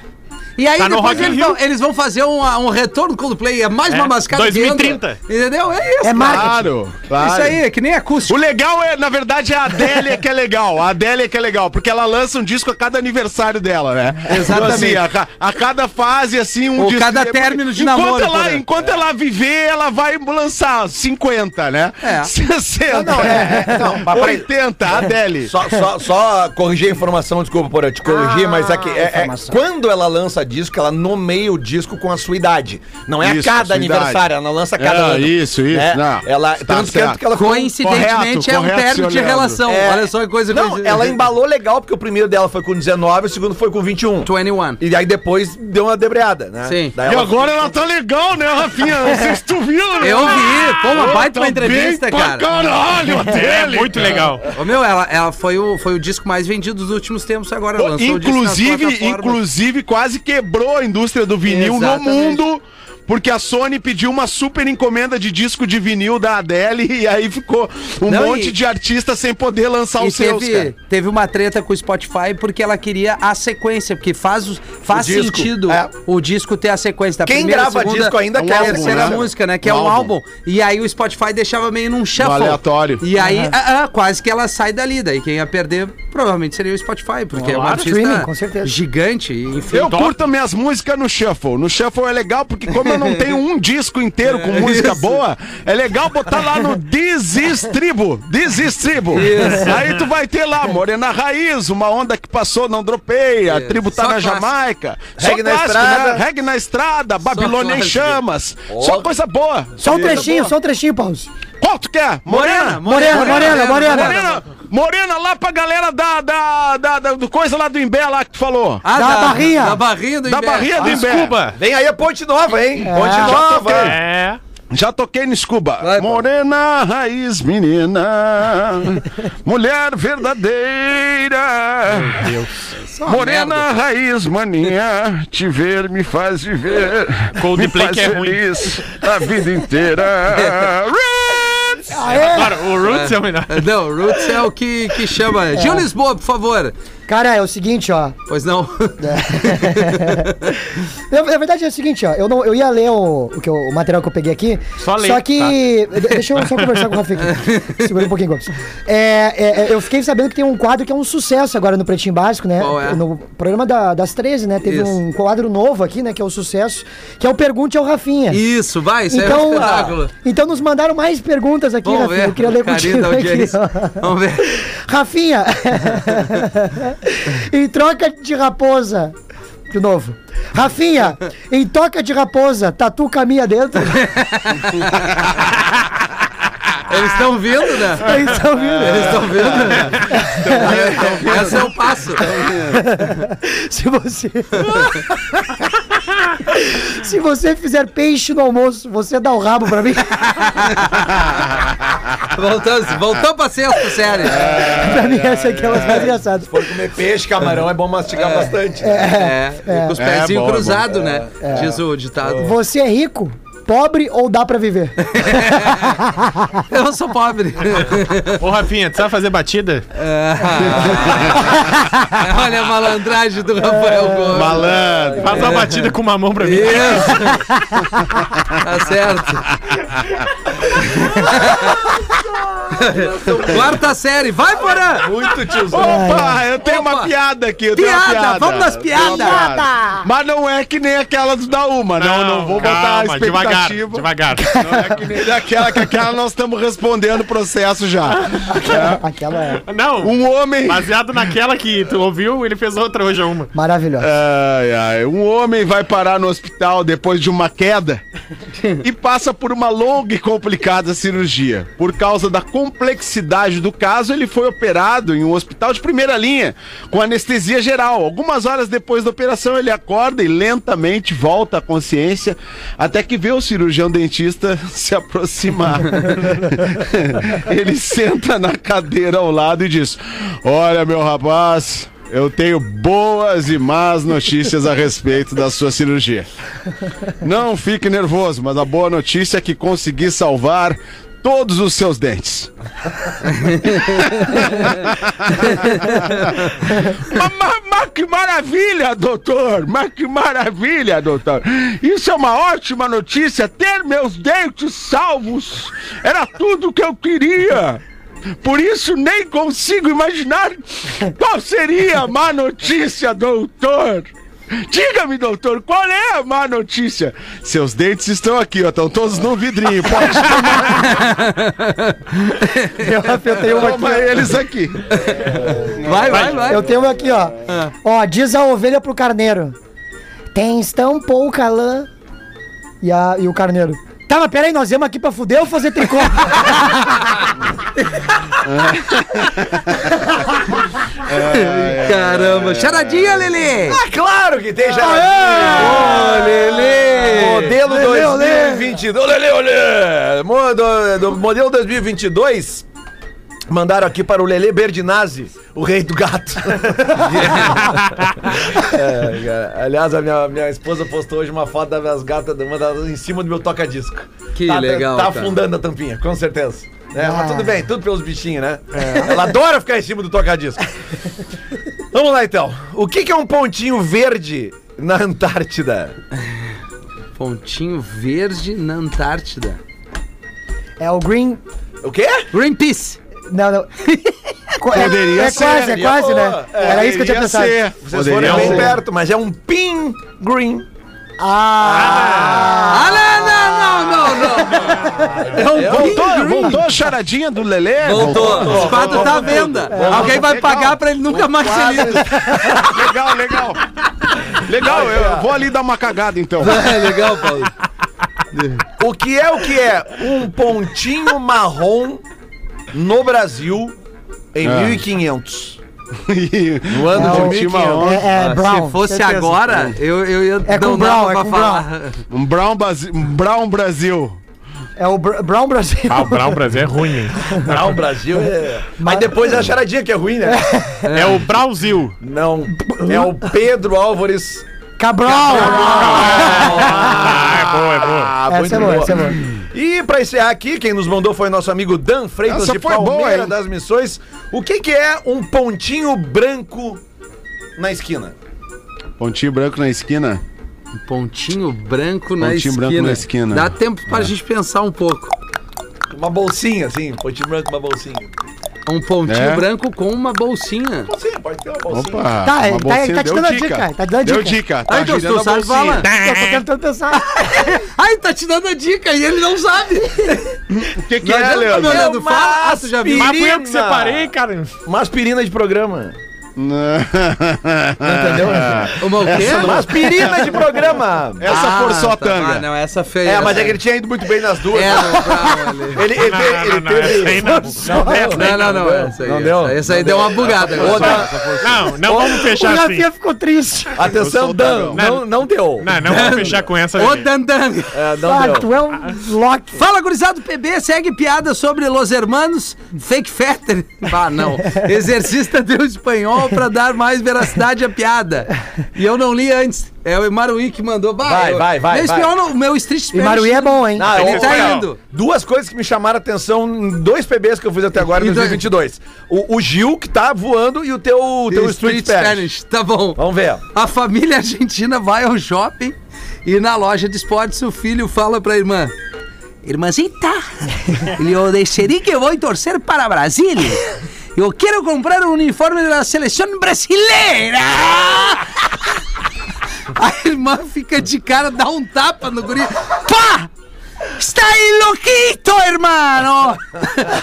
Speaker 2: E aí
Speaker 6: Tá no
Speaker 2: depois
Speaker 6: Rock in
Speaker 2: eles
Speaker 6: Rio.
Speaker 2: vão, eles vão fazer um, um retorno Coldplay, é mais
Speaker 6: É,
Speaker 2: uma mascada que entra.
Speaker 6: 2030.
Speaker 2: Entendeu? É isso.
Speaker 5: É
Speaker 2: cara.
Speaker 5: marketing.
Speaker 3: Claro,
Speaker 2: É Isso
Speaker 3: claro.
Speaker 2: aí, é que nem
Speaker 3: O
Speaker 2: acústico.
Speaker 3: legal é, na verdade, é a Adélia que é legal. A Adélia que é legal, porque ela lança um disco a cada aniversário dela, né?
Speaker 2: Exatamente.
Speaker 3: assim, a, ca- a cada fase, assim, um
Speaker 2: Ou
Speaker 3: disco.
Speaker 2: cada
Speaker 3: é porque-
Speaker 2: término de
Speaker 3: enquanto
Speaker 2: namoro, por
Speaker 3: Ela,
Speaker 2: exemplo. É.
Speaker 3: enquanto ela viver, ela vai lançar 50, né?
Speaker 2: É.
Speaker 3: 60.
Speaker 4: Não, não, é, é, não, mas peraí.
Speaker 3: 80, a Adele.
Speaker 4: Só, só, só corrigir a informação, desculpa por eu te corrigir, mas é que
Speaker 2: Ah,
Speaker 4: é- é, quando ela lança disco, ela nomeia o disco com a sua idade. Não é
Speaker 3: Isso,
Speaker 4: a
Speaker 3: a sua
Speaker 4: cada aniversário, ela lança a cada
Speaker 3: É,
Speaker 4: ano.
Speaker 3: isso, isso,
Speaker 4: Né?
Speaker 3: não,
Speaker 4: Ela,
Speaker 3: tá
Speaker 4: tanto, que-
Speaker 3: certo.
Speaker 4: que ela
Speaker 2: Coincidentemente
Speaker 3: Correto,
Speaker 2: é um
Speaker 3: correto,
Speaker 2: término
Speaker 3: senhor
Speaker 2: de
Speaker 3: Leandro.
Speaker 2: relação.
Speaker 4: É.
Speaker 2: Olha só que coisa
Speaker 4: Não,
Speaker 2: coincidente.
Speaker 4: ela embalou legal, porque o primeiro dela foi com 19, o segundo foi com 21.
Speaker 2: 21.
Speaker 4: E aí depois deu uma debreada, né?
Speaker 2: é- Sim.
Speaker 4: Daí
Speaker 3: E
Speaker 4: ela-
Speaker 3: agora ela tá legal, né, Rafinha? Não sei se tu viu, né?
Speaker 2: É. Eu vi, pô, uma
Speaker 3: Ela
Speaker 2: baita uma
Speaker 3: tá
Speaker 2: entrevista,
Speaker 3: bem
Speaker 2: cara.
Speaker 3: pra Caralho,
Speaker 6: É
Speaker 3: Adele.
Speaker 6: muito legal.
Speaker 2: Ô, meu, ela, ela foi, o, foi o disco mais vendido dos últimos tempos agora. lançou o disco nas
Speaker 3: Inclusive,
Speaker 2: plataformas.
Speaker 3: inclusive quase quebrou a indústria do vinil
Speaker 2: Exatamente.
Speaker 3: no mundo. Porque a Sony pediu uma super encomenda de disco de vinil da Adele e aí ficou um
Speaker 2: Não,
Speaker 3: monte
Speaker 2: e-
Speaker 3: de artista sem poder lançar
Speaker 2: E
Speaker 3: os seus,
Speaker 2: teve,
Speaker 3: cara.
Speaker 2: teve uma treta com o Spotify porque ela queria a sequência, porque faz, os- faz
Speaker 4: O disco,
Speaker 2: sentido
Speaker 4: é.
Speaker 2: o disco ter a sequência da
Speaker 4: Quem
Speaker 2: primeira,
Speaker 4: grava
Speaker 2: segunda,
Speaker 4: disco ainda
Speaker 2: é um
Speaker 4: quer
Speaker 2: a
Speaker 4: essa
Speaker 2: terceira
Speaker 4: sequência.
Speaker 2: música, né? Que é
Speaker 3: Um
Speaker 2: um
Speaker 3: álbum.
Speaker 2: álbum. E aí o Spotify deixava meio num shuffle.
Speaker 3: aleatório.
Speaker 2: E aí ah, ah, quase que ela sai dali. Daí quem ia perder provavelmente seria o Spotify, porque é um artista
Speaker 5: streaming, com certeza.
Speaker 2: gigante, e enfim.
Speaker 3: Eu curto minhas músicas no Shuffle. No Shuffle é legal porque, como eu não tenho um disco inteiro com música boa, é legal botar lá no Desistribo. Desistribo. Aí tu vai ter lá Morena Raiz, Uma Onda Que Passou, Não Dropei, A
Speaker 2: Isso.
Speaker 3: Tribo Tá
Speaker 2: Só
Speaker 3: na
Speaker 2: clássico.
Speaker 3: Jamaica, né?
Speaker 4: Reggae na Estrada.
Speaker 3: Reggae na Estrada, Babilônia em
Speaker 2: clássico.
Speaker 3: Chamas. Só coisa boa.
Speaker 5: Só um trechinho, só um trechinho, Pause.
Speaker 3: Qual tu quer? Morena?
Speaker 5: Morena, Morena, Morena.
Speaker 3: Morena, Morena lá pra galera da, da, da, da- do coisa lá do Imbé lá que tu falou.
Speaker 2: Ah,
Speaker 5: Da barrinha.
Speaker 2: Da barrinha do
Speaker 3: da
Speaker 2: Imbé.
Speaker 3: barrinha do Imbé.
Speaker 6: Desculpa.
Speaker 4: Vem aí a Ponte Nova, hein? Ponte
Speaker 5: Já
Speaker 4: Nova.
Speaker 3: Ah, toquei.
Speaker 6: É.
Speaker 3: Já toquei no Scuba.
Speaker 2: Vai, Paulo.
Speaker 3: Morena, raiz, menina. Mulher verdadeira.
Speaker 6: é
Speaker 2: Só uma
Speaker 3: Morena,
Speaker 2: merda.
Speaker 3: raiz, mania. Te ver me faz viver.
Speaker 6: Coldplay
Speaker 3: me faz
Speaker 6: que é ruim.
Speaker 3: feliz a vida inteira. Roots!
Speaker 6: Claro, o Roots é o melhor.
Speaker 2: Não, Roots é o que, que chama.
Speaker 5: É.
Speaker 2: Gil Lisboa, por favor.
Speaker 5: Cara, é o seguinte, ó.
Speaker 2: Pois não.
Speaker 5: É. Na, na verdade é o seguinte, ó. Eu, não, eu ia ler o, o, que eu- o material que eu peguei aqui.
Speaker 6: Só ler,
Speaker 5: Só que.
Speaker 2: tá.
Speaker 5: de- Deixa eu só conversar com o Rafa aqui. Segura um pouquinho, Gomes. É, é, é, eu fiquei sabendo que tem um quadro que é um sucesso agora no Pretinho Básico, né?
Speaker 2: Qual é?
Speaker 5: No programa da- das 13, né? Teve
Speaker 2: Isso.
Speaker 5: um quadro novo aqui, né? Que é o sucesso, que é o Pergunte ao Rafinha.
Speaker 2: Isso, vai, isso é um
Speaker 5: Então,
Speaker 2: espetáculo.
Speaker 5: então nos mandaram mais perguntas aqui,
Speaker 2: Vamos
Speaker 5: Rafinha.
Speaker 2: ver.
Speaker 5: Eu queria ler
Speaker 2: carinho
Speaker 5: contigo
Speaker 2: da
Speaker 5: aqui.
Speaker 2: audiência.
Speaker 5: ó.
Speaker 2: Vamos ver.
Speaker 5: Rafinha, em troca de raposa. De novo. Rafinha, em toca de raposa, tatu caminha dentro.
Speaker 2: Eles estão vindo, né?
Speaker 5: Então, Eles estão vindo.
Speaker 2: Eles estão vindo, né? Esse é o passo.
Speaker 5: Se você. Se você fizer peixe no almoço, você dá o rabo pra mim.
Speaker 2: Voltamos, voltamos pra sexta série.
Speaker 5: pra mim, essa aqui é uma das mais engraçadas.
Speaker 4: Por comer peixe, camarão, é bom mastigar bastante.
Speaker 2: É, com os pezinhos
Speaker 3: bom, é bom.
Speaker 2: cruzados, né? Diz o ditado.
Speaker 5: Você é rico, pobre ou dá pra viver?
Speaker 2: Eu sou pobre.
Speaker 6: Ô, Rafinha, tu sabe fazer batida?
Speaker 2: Olha a malandragem do Rafael Gomes.
Speaker 3: Malandro.
Speaker 6: Faz uma batida com uma mão pra mim.
Speaker 2: Isso. tá certo. Quarta série, vai, Porã!
Speaker 4: Muito tiozão.
Speaker 3: Opa, eu tenho
Speaker 2: Opa.
Speaker 3: uma piada aqui. Eu tenho uma
Speaker 2: Piada,
Speaker 3: piada.
Speaker 2: vamos nas
Speaker 3: Eu tenho uma
Speaker 2: piadas!
Speaker 3: piada. Mas não é que nem aquela do da Uma, não. Não, vou botar a
Speaker 6: calma, devagar,
Speaker 3: expectativa.
Speaker 6: devagar.
Speaker 3: Não é que nem daquela, que aquela nós estamos respondendo o processo já.
Speaker 5: Aquela é
Speaker 6: Não,
Speaker 3: Um homem.
Speaker 6: baseado naquela que tu ouviu, ele fez outra hoje, é uma.
Speaker 5: maravilhosa.
Speaker 3: Ai, ai. Um homem vai parar no hospital depois de uma queda e passa por uma longa e complicada cirurgia. Por causa da complexidade do caso, ele foi operado em um hospital de primeira linha, com anestesia geral. Algumas horas depois da operação, ele acorda e lentamente volta à consciência até que vê o cirurgião dentista se aproximar. ele senta na cadeira ao lado e diz: Olha, meu rapaz. Eu tenho boas e más notícias a respeito da sua cirurgia. Não fique nervoso, mas a boa notícia é que consegui salvar todos os seus dentes. mas, mas- mas que maravilha, doutor! Mas que maravilha, doutor! Isso é uma ótima notícia! Ter meus dentes salvos era tudo que eu queria! Por isso nem consigo imaginar qual seria a má notícia, doutor! Diga-me, doutor, qual é a má notícia? Seus dentes estão aqui, ó, estão todos num vidrinho. Pode
Speaker 5: Eu tenho uma
Speaker 3: tomar eles aqui.
Speaker 2: Vai, vai, vai. Ah.
Speaker 5: Eu tenho uma aqui, ó. Ó, diz a ovelha pro carneiro. Tens tão pouca lã. E, a, e o carneiro. Tá, mas peraí, nós viemos aqui pra fuder ou fazer tricô?
Speaker 2: Caramba. Charadinha, Lelê.
Speaker 4: Ah, claro que tem já.
Speaker 2: Ô, Lelê.
Speaker 4: Modelo 2022. Olê, olê, olê. Mo- do- do Modelo 2022. Mandaram aqui para o Lele Berdinazzi, o rei do gato. É, cara. Aliás, a minha, minha esposa postou hoje uma foto das minhas gatas uma das- em cima do meu toca-disco.
Speaker 2: Que
Speaker 4: tá,
Speaker 2: legal,
Speaker 4: Tá
Speaker 2: cara.
Speaker 4: afundando a tampinha, com certeza. É,
Speaker 5: Ah.
Speaker 4: Mas tudo bem, tudo pelos bichinhos, né? Ela adora ficar em cima do toca-disco. Vamos lá então. O que, que é um pontinho verde na Antártida?
Speaker 2: Pontinho verde na Antártida.
Speaker 5: é o Green.
Speaker 4: O quê?
Speaker 2: Greenpeace.
Speaker 5: Não, não. Co- é-
Speaker 3: Poderia
Speaker 5: é,
Speaker 3: ser,
Speaker 5: quase, é quase, né?
Speaker 4: é,
Speaker 5: Era isso que eu tinha pensado.
Speaker 4: Vocês foram bem
Speaker 3: ser.
Speaker 4: perto, mas é um pin green.
Speaker 5: Ah!
Speaker 2: Ah, não, não, não, não. não. É um pin
Speaker 3: Voltou,
Speaker 2: green.
Speaker 3: voltou a charadinha do Lelê?
Speaker 2: Voltou. Os quadros
Speaker 4: voltou
Speaker 2: tá à venda. Alguém vai pagar pra ele nunca mais ser lido.
Speaker 3: Legal, legal. Legal, eu, eu vou ali dar uma cagada então.
Speaker 2: É legal, Paulo.
Speaker 4: O que é o que é? Um pontinho marrom no Brasil em 1500.
Speaker 3: no ano
Speaker 5: É, o-
Speaker 3: de 1500.
Speaker 5: é, é Brown.
Speaker 2: Ah, Se fosse
Speaker 5: certeza.
Speaker 2: agora, eu, eu ia
Speaker 5: É com
Speaker 2: não
Speaker 5: Brown,
Speaker 2: dava
Speaker 5: é
Speaker 2: pra
Speaker 5: com
Speaker 2: falar.
Speaker 3: Um Brown, Basi- um Brown Brasil.
Speaker 5: É o Br- Brown Brasil.
Speaker 6: Ah, o Brown Brasil é ruim, hein?
Speaker 4: Ah, o Brasil é. Mas depois é a charadinha que é ruim, né?
Speaker 6: É o Brasil.
Speaker 4: Não. É o Pedro Álvares.
Speaker 5: Cabral!
Speaker 6: Ah, é boa, é boa.
Speaker 4: Ah,
Speaker 5: Essa é boa, essa é boa.
Speaker 4: E pra encerrar aqui, quem nos mandou foi nosso amigo Dan Freitas
Speaker 3: Essa
Speaker 4: de
Speaker 3: foi boa,
Speaker 4: Palmeira
Speaker 3: hein?
Speaker 4: das Missões. O que, que é um pontinho branco na esquina?
Speaker 3: Pontinho branco na esquina.
Speaker 2: Pontinho branco na
Speaker 3: Pontinho
Speaker 2: esquina.
Speaker 3: branco na esquina. É.
Speaker 2: Dá tempo pra gente pensar um pouco.
Speaker 4: Uma bolsinha, assim. um Pontinho branco, uma bolsinha.
Speaker 2: Um pontinho
Speaker 3: É.
Speaker 2: branco com uma bolsinha.
Speaker 4: Bolsinha, pode ter uma bolsinha.
Speaker 3: Opa.
Speaker 5: Tá,
Speaker 3: uma
Speaker 5: ele tá-
Speaker 3: bolsinha,
Speaker 5: ele tá te
Speaker 3: deu
Speaker 5: dando a dica, tá te dando a
Speaker 3: Deu
Speaker 5: dica.
Speaker 3: dica.
Speaker 2: Ai, Deus,
Speaker 3: girando
Speaker 2: tu
Speaker 3: a
Speaker 2: sabe
Speaker 3: bolsinha.
Speaker 2: falar.
Speaker 5: Eu tô tentando pensar.
Speaker 2: Ai, tá te dando a dica e ele não sabe.
Speaker 3: O que, que
Speaker 2: Não
Speaker 3: é,
Speaker 2: adianta
Speaker 3: Leandro?
Speaker 2: me olhando,
Speaker 4: É uma
Speaker 2: fala. Ah, tu já viu?
Speaker 4: aspirina.
Speaker 6: Mas fui eu que
Speaker 4: Tá.
Speaker 6: separei, cara.
Speaker 4: Uma aspirina de programa.
Speaker 3: Entendeu?
Speaker 2: Uma o quê?
Speaker 4: Uma aspirina de programa.
Speaker 3: É. Essa
Speaker 2: Ah,
Speaker 3: for só
Speaker 2: tá. Ah,
Speaker 3: tanga.
Speaker 2: não, essa feia.
Speaker 4: É, mas é que ele tinha ido muito bem nas duas.
Speaker 2: É, não, bravo, ali.
Speaker 4: Ele, ele, teve- ele
Speaker 6: Não, não, não, essa aí
Speaker 4: teve.
Speaker 6: não.
Speaker 2: Não, não, não, essa aí.
Speaker 4: Não
Speaker 2: essa-
Speaker 4: deu?
Speaker 2: Essa aí deu uma bugada.
Speaker 4: Outra-
Speaker 6: Não, não vamos
Speaker 5: O
Speaker 6: fechar assim.
Speaker 5: Rafinha ficou triste.
Speaker 4: Atenção,
Speaker 6: Não,
Speaker 4: Dan. Não, não deu.
Speaker 6: Não, não vamos fechar com essa.
Speaker 2: Ô,
Speaker 6: Lelê.
Speaker 2: Dandan.
Speaker 4: É,
Speaker 5: Ah,
Speaker 4: não deu.
Speaker 5: tu é um Loki.
Speaker 2: Fala, gurizado PB, segue piada sobre Los Hermanos, fake fetter. Ah, não. Exercista deu espanhol pra dar mais veracidade à piada. E eu não li antes. É o Maruí que mandou.
Speaker 4: Vai,
Speaker 2: eu-
Speaker 4: vai, vai,
Speaker 2: Meu
Speaker 4: vai.
Speaker 2: espanhol, não- meu street
Speaker 5: E
Speaker 2: Spanish-
Speaker 5: Maruí é bom, hein?
Speaker 4: Não,
Speaker 6: Ele
Speaker 4: eu-
Speaker 2: tá
Speaker 4: olha,
Speaker 2: indo.
Speaker 4: Duas coisas que me chamaram a atenção em dois PBs que eu fiz até agora em
Speaker 2: E dois-
Speaker 4: 2022. O, o Gil, que tá voando, e o teu, o teu Street, Spanish.
Speaker 2: Tá bom.
Speaker 4: Vamos ver.
Speaker 2: A família argentina vai ao shopping e na loja de esportes o filho fala pra irmã: Irmãzita, eu decidi que vou torcer para Brasil. Eu quero comprar um uniforme da seleção brasileira. A irmã fica de cara, dá um tapa no guri. Pá! Está enlouquito, hermano!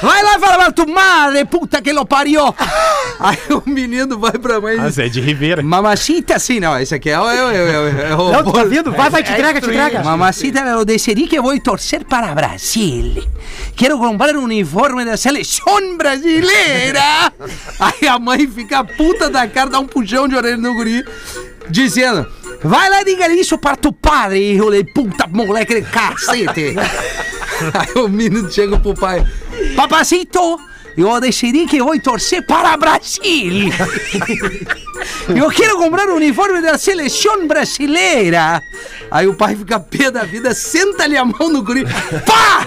Speaker 2: Vai lá falar pra tu madre, puta que lo pariu! Aí o menino vai pra mãe e
Speaker 6: Ah,
Speaker 2: diz:
Speaker 6: Zé de Ribeira.
Speaker 2: Mamacita, assim, não, esse aqui é o. É, o- é, o- é, o- é, o-
Speaker 5: Não, tu tá vindo? Vai, vai, te entrega, te entrega.
Speaker 2: Mamacita, eu decidi que vou torcer para Brasil. Quero comprar um uniforme da seleção brasileira. Aí a mãe fica puta da cara, dá um puxão de orelha no guri, dizendo: Vai lá e diga isso para tu padre, filho de puta, moleque de cacete. Aí o menino chega pro pai: Papacito, eu decidi que vou torcer para Brasil. Eu quero comprar o uniforme da seleção brasileira. Aí o pai fica pé da vida, senta-lhe a mão no guri. Pá!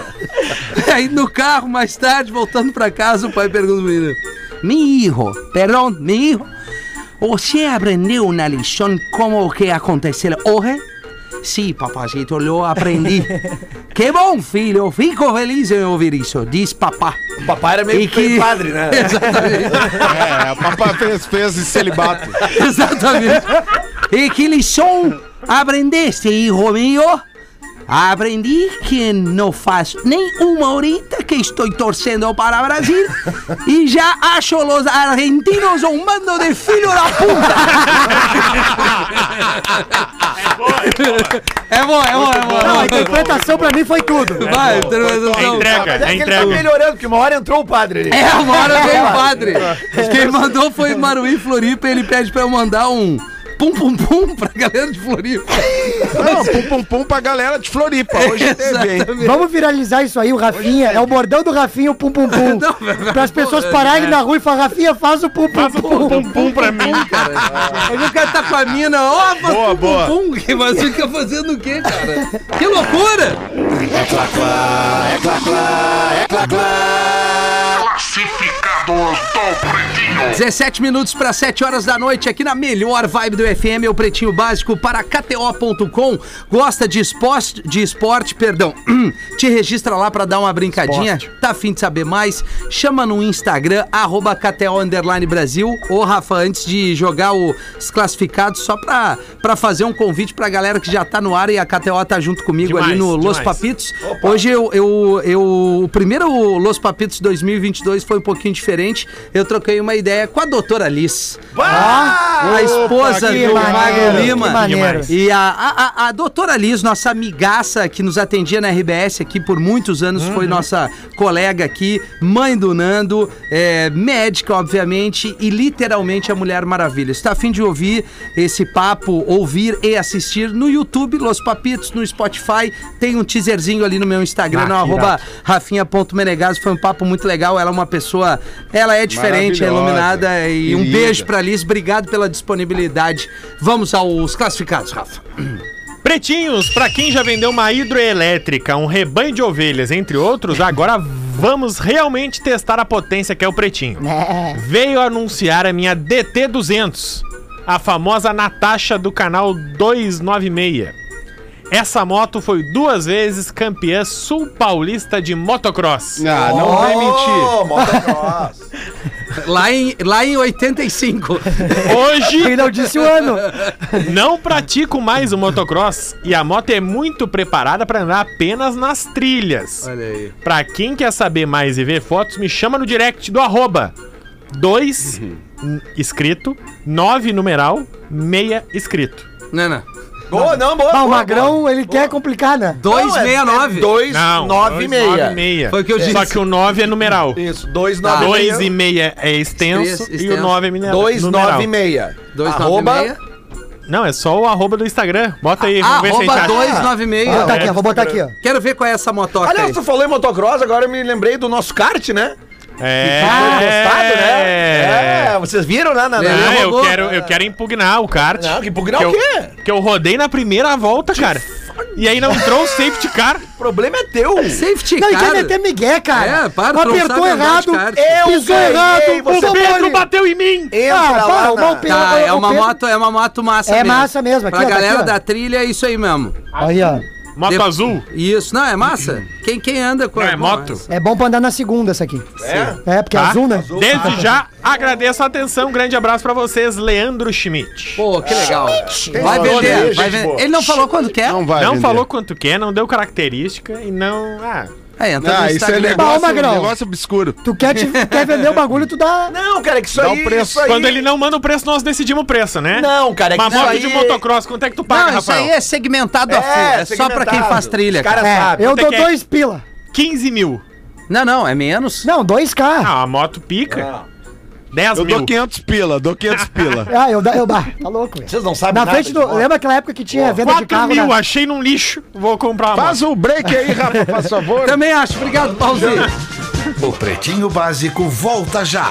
Speaker 2: Aí no carro, mais tarde, voltando pra casa, o pai pergunta pro menino: Mi hijo, perdão, mi hijo, você aprendeu na lição como que aconteceu hoje? Sim, papacito, eu aprendi. que bom, filho, fico feliz em ouvir isso, diz papá.
Speaker 4: O papai era
Speaker 2: E
Speaker 4: meio
Speaker 2: que-
Speaker 4: que padre, né?
Speaker 2: Exatamente.
Speaker 3: É, o papai fez, fez esse celibato.
Speaker 2: Exatamente. E que lição aprendeste, hijo meu? Aprendi que não faz nem uma horita que estou torcendo para o Brasil e já acho os argentinos um bando de filho da puta. É bom, é bom, é bom.
Speaker 5: Não, a interpretação pra mim foi tudo.
Speaker 2: Vai, interpretação.
Speaker 6: Entrega,
Speaker 4: Até que ele tá
Speaker 6: entrega.
Speaker 4: melhorando, porque uma hora entrou o padre ali.
Speaker 2: É, uma hora veio o padre. Quem mandou foi o Maruí Floripa. Ele pede pra eu mandar um pum pum pum pra galera de Floripa.
Speaker 3: Não, pum pum pum pra galera de Floripa. Hoje teve, hein?
Speaker 2: Exatamente.
Speaker 5: Vamos viralizar isso aí, o Rafinha. É o bordão do Rafinha, o pum pum pum. Para as pessoas pararem na rua e falar, Rafinha, faz o pum pum
Speaker 6: Faz um pum
Speaker 5: pum.
Speaker 6: pum pum pra mim.
Speaker 2: Aí o cara tá com a mina, ó, oh,
Speaker 3: Boa,
Speaker 2: pum,
Speaker 3: boa.
Speaker 2: pum, pum, mas fica fazendo o quê, cara? Que loucura!
Speaker 8: Classificados do Pretinho.
Speaker 2: 17 minutos para 7 horas da noite aqui na melhor vibe do FM, é o Pretinho Básico para KTO.com. Gosta de esporte, de esporte, perdão. Te registra lá para dar uma brincadinha. Tá afim de saber mais? Chama no Instagram arroba KTO underline Brasil. Ô Rafa, antes de jogar os classificados só para para fazer um convite pra galera que já tá no ar e a KTO tá junto comigo
Speaker 6: Demais,
Speaker 2: ali no Los
Speaker 6: demais.
Speaker 2: Papitos. Papitos. Hoje eu, eu, eu- O primeiro Los Papitos 2022 foi um pouquinho diferente. Eu troquei uma ideia com a doutora Liz.
Speaker 5: Tá?
Speaker 2: a esposa
Speaker 3: que
Speaker 2: do
Speaker 5: maneiro,
Speaker 2: Magro
Speaker 5: que
Speaker 2: Lima.
Speaker 5: maneiro.
Speaker 2: E a, a, a- a doutora Liz, nossa amigaça que nos atendia na RBS aqui por muitos anos, foi nossa colega aqui, mãe do Nando, é, médica, obviamente, e literalmente a Mulher Maravilha. Está a fim de ouvir esse papo, ouvir e assistir no YouTube, Los Papitos, no Spotify. Tem um teaserzinho ali no meu Instagram,
Speaker 6: Ah,
Speaker 2: no
Speaker 6: que
Speaker 2: arroba rafinha.menegaso. Foi um papo muito legal. Ela é uma pessoa. Ela é diferente, é
Speaker 3: Maravilhosa,
Speaker 2: iluminada. E um
Speaker 3: querida.
Speaker 2: beijo pra Liz. Obrigado pela disponibilidade. Vamos aos classificados, Rafa.
Speaker 6: Pretinhos, pra quem já vendeu uma hidroelétrica, um rebanho de ovelhas, entre outros, agora vamos realmente testar a potência que é o Pretinho.
Speaker 5: Né?
Speaker 6: Veio anunciar a minha DT200, a famosa Natasha do canal 296. Essa moto foi duas vezes campeã sul-paulista de motocross.
Speaker 3: Ah, não
Speaker 4: Oh,
Speaker 3: vai mentir.
Speaker 4: Ô, motocross.
Speaker 2: Lá em, lá em 85.
Speaker 6: Hoje
Speaker 5: Ele não disse o ano.
Speaker 6: não pratico mais o motocross e a moto é muito preparada pra andar apenas nas trilhas.
Speaker 2: Olha aí.
Speaker 6: Pra quem quer saber mais e ver fotos, me chama no direct do arroba 2
Speaker 2: Uhum.
Speaker 6: escrito, 9 numeral, 6 escrito.
Speaker 2: Não, não.
Speaker 4: Boa, não, boa.
Speaker 5: Ah, o
Speaker 4: boa,
Speaker 5: Magrão,
Speaker 4: boa.
Speaker 5: ele quer complicar, né?
Speaker 4: Não, é- é
Speaker 2: 269.
Speaker 4: 296.
Speaker 6: 9,6.
Speaker 2: Foi o que eu
Speaker 6: Só
Speaker 2: disse.
Speaker 6: que o 9 é numeral.
Speaker 4: Isso,
Speaker 2: Ah,
Speaker 6: 2 Tá. e
Speaker 4: 296.
Speaker 6: meia é extenso,
Speaker 2: Extenso,
Speaker 6: e o
Speaker 2: extenso.
Speaker 6: 9 é minera- numeral.
Speaker 4: 296.
Speaker 2: 296.
Speaker 6: Não, é só o arroba do Instagram. Bota aí, vamos ver se a gente
Speaker 2: Ah, Arroba
Speaker 6: acha.
Speaker 2: 296.
Speaker 5: Vou botar
Speaker 6: é
Speaker 5: aqui, ó, vou botar aqui, ó.
Speaker 2: Quero ver qual é essa motoca
Speaker 4: Aliás,
Speaker 2: aí.
Speaker 4: tu falou em motocross, agora eu me lembrei do nosso kart, né?
Speaker 6: É.
Speaker 2: tá
Speaker 4: Foi postado, né? É, vocês viram lá na.
Speaker 2: Legal.
Speaker 4: na...
Speaker 6: Ah, eu
Speaker 2: Rodou.
Speaker 6: quero, eu quero impugnar o kart.
Speaker 4: Não, que impugnar
Speaker 6: que
Speaker 4: o
Speaker 6: eu-
Speaker 4: quê?
Speaker 6: Que eu rodei na primeira volta, cara. E aí não entrou o safety car.
Speaker 4: O problema é teu.
Speaker 2: Safety
Speaker 5: Não,
Speaker 2: car.
Speaker 5: e quer meter Miguel, cara.
Speaker 2: É, para, tu não
Speaker 5: Apertou
Speaker 2: sabe andar de
Speaker 5: errado.
Speaker 2: kart.
Speaker 4: Eu
Speaker 5: Pisou
Speaker 4: ganhei,
Speaker 5: errado,
Speaker 4: você
Speaker 5: pisou mole.
Speaker 6: bateu em mim!
Speaker 4: Entra
Speaker 5: Ah,
Speaker 4: lá
Speaker 5: para,
Speaker 4: na...
Speaker 5: não, pelo-
Speaker 2: Tá,
Speaker 5: eu-
Speaker 2: é
Speaker 5: eu
Speaker 2: uma
Speaker 5: penso-
Speaker 2: moto, é uma moto massa
Speaker 5: É
Speaker 2: mesmo.
Speaker 5: massa mesmo, aqui,
Speaker 2: pra
Speaker 5: ó, tá
Speaker 2: galera
Speaker 5: aqui, ó.
Speaker 2: da trilha é isso aí mesmo.
Speaker 5: Aí, ó.
Speaker 6: Moto
Speaker 2: De-
Speaker 6: azul.
Speaker 2: Isso, não, é massa? Quem, quem anda com
Speaker 6: Não,
Speaker 2: a-
Speaker 6: é moto.
Speaker 5: É bom pra andar na segunda essa aqui. É? É, porque é
Speaker 6: Tá?
Speaker 5: azul, né?
Speaker 6: Desde já, agradeço a atenção. Um grande abraço pra vocês, Leandro Schmidt.
Speaker 2: Pô, que legal. Vai
Speaker 3: valor aí,
Speaker 2: vender, vai
Speaker 3: gente
Speaker 2: vender.
Speaker 3: boa.
Speaker 2: Ele não falou é? quando quer.
Speaker 3: Não vai.
Speaker 6: não
Speaker 3: vender.
Speaker 6: falou quanto quer, não deu característica e não. Ah.
Speaker 2: É, entra
Speaker 3: Ah,
Speaker 2: no
Speaker 3: isso é
Speaker 2: Instagram.
Speaker 5: legal.
Speaker 3: negócio,
Speaker 5: Magrão.
Speaker 3: negócio obscuro.
Speaker 5: Tu quer, te- tu quer vender o bagulho, tu dá.
Speaker 4: Não, cara, é que isso
Speaker 3: Dá
Speaker 4: aí...
Speaker 3: o preço.
Speaker 4: isso aí-
Speaker 6: Quando ele não manda o preço, nós decidimos o preço, né?
Speaker 4: Não, cara, é que
Speaker 6: Uma
Speaker 4: isso
Speaker 6: moto
Speaker 4: aí-
Speaker 6: de motocross, quanto é que tu paga,
Speaker 2: Não, isso
Speaker 6: Rafael?
Speaker 2: aí é segmentado a full. É só pra quem
Speaker 4: segmentado.
Speaker 2: faz trilha,
Speaker 4: Os caras
Speaker 2: cara.
Speaker 4: sabem.
Speaker 5: eu
Speaker 6: Quanto é
Speaker 5: dou
Speaker 6: que é?
Speaker 5: dois pila.
Speaker 6: 15 mil.
Speaker 2: Não, não, é menos.
Speaker 5: Não, 2K.
Speaker 6: Ah, a moto pica. 10
Speaker 3: Eu
Speaker 6: mil.
Speaker 3: dou 500 pila, dou 500 pila.
Speaker 5: Ah, eu dá, eu dá. Tá louco, velho.
Speaker 4: Vocês não sabem
Speaker 5: Na
Speaker 4: nada
Speaker 5: frente
Speaker 4: de
Speaker 5: do.
Speaker 4: moto.
Speaker 5: Lembra aquela época que tinha venda de
Speaker 6: 4
Speaker 5: carro?
Speaker 6: mil,
Speaker 5: né?
Speaker 6: achei num lixo. Vou comprar uma
Speaker 3: Faz o break aí, Rafa, faz favor.
Speaker 2: Também acho. Obrigado, Paulinho.
Speaker 9: O Pretinho Básico volta já.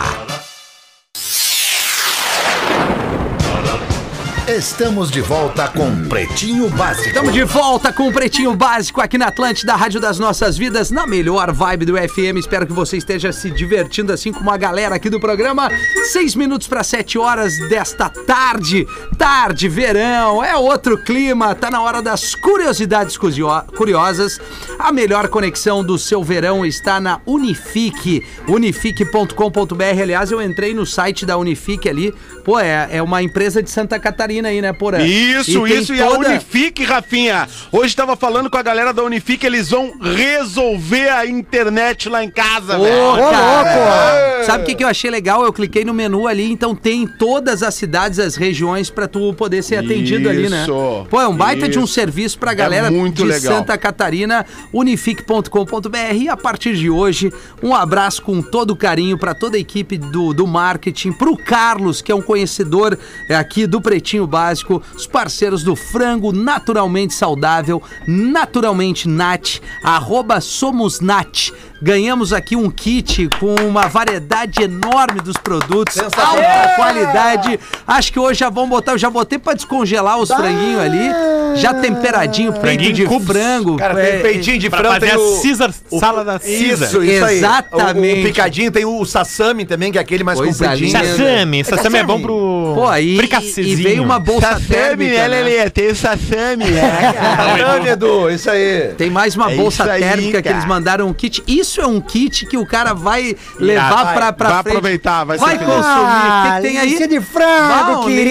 Speaker 9: Estamos de volta com Pretinho Básico.
Speaker 2: Estamos de volta com o Pretinho Básico aqui na Atlântida, Rádio das Nossas Vidas, na melhor vibe do FM. Espero que você esteja se divertindo assim com uma galera aqui do programa. Seis minutos para sete horas desta tarde. Tarde, verão, é outro clima. Tá na hora das curiosidades cusio- curiosas. A melhor conexão do seu verão está na Unifique, unifique.com.br. Aliás, eu entrei no site da Unifique ali. Pô, é, é uma empresa de Santa Catarina aí, né, Porã?
Speaker 3: Isso,
Speaker 2: tem
Speaker 3: isso, e
Speaker 2: toda-
Speaker 3: a Unifique, Rafinha. Hoje tava falando com a galera da Unifique, eles vão resolver a internet lá em casa,
Speaker 2: Ô,
Speaker 3: velho.
Speaker 2: cara.
Speaker 3: É.
Speaker 2: Sabe o que, que eu achei legal? Eu cliquei no menu ali, então tem todas as cidades, as regiões pra tu poder ser atendido ali, né?
Speaker 3: Isso.
Speaker 2: Pô, é um baita de um
Speaker 3: Isso. É
Speaker 2: serviço pra galera de
Speaker 3: muito legal.
Speaker 2: Santa Catarina, unifique.com.br. E a partir de hoje, um abraço com todo carinho pra toda a equipe do, do marketing, pro Carlos, que é um conhecedor é, aqui do Pretinho Básico, os parceiros do Frango, naturalmente saudável, naturalmente nat, arroba somos nat. Ganhamos aqui um kit com uma variedade enorme dos produtos, alta qualidade. Acho que hoje já vão botar, eu já botei pra descongelar os franguinhos ali, já temperadinho, peito
Speaker 6: Franguinho
Speaker 2: de
Speaker 6: em cubos.
Speaker 2: frango.
Speaker 4: Cara, tem
Speaker 2: é,
Speaker 4: peitinho de
Speaker 6: Pra
Speaker 4: frango,
Speaker 6: fazer
Speaker 4: tem
Speaker 6: a
Speaker 4: o...
Speaker 6: Caesar,
Speaker 4: o-
Speaker 6: sala da Caesar.
Speaker 4: Isso, isso aí.
Speaker 2: Exatamente.
Speaker 4: O, o picadinho tem o sassami também, que é aquele mais
Speaker 2: Coisa
Speaker 4: compridinho. né?
Speaker 2: linda.
Speaker 6: Sassami, Sassami é bom pro.
Speaker 2: Pô, aí e,
Speaker 6: fricassezinho.
Speaker 2: e veio uma bolsa
Speaker 3: Sassami,
Speaker 2: térmica. né?
Speaker 3: LLE, tem o Sassami, é.
Speaker 4: Sassami, Ah, Edu, isso aí.
Speaker 2: Tem mais uma
Speaker 3: É
Speaker 2: bolsa
Speaker 3: isso aí,
Speaker 2: térmica que
Speaker 3: cara.
Speaker 2: eles mandaram um kit. Isso é um kit que o cara vai levar
Speaker 3: vai-
Speaker 2: pra, pra
Speaker 3: é. vai
Speaker 2: frente.
Speaker 3: aproveitar, vai ser
Speaker 2: Vai
Speaker 3: feliz.
Speaker 2: consumir. O que, que tem aí?
Speaker 5: linguiça Ah, de frango,
Speaker 2: Bom,
Speaker 5: querido.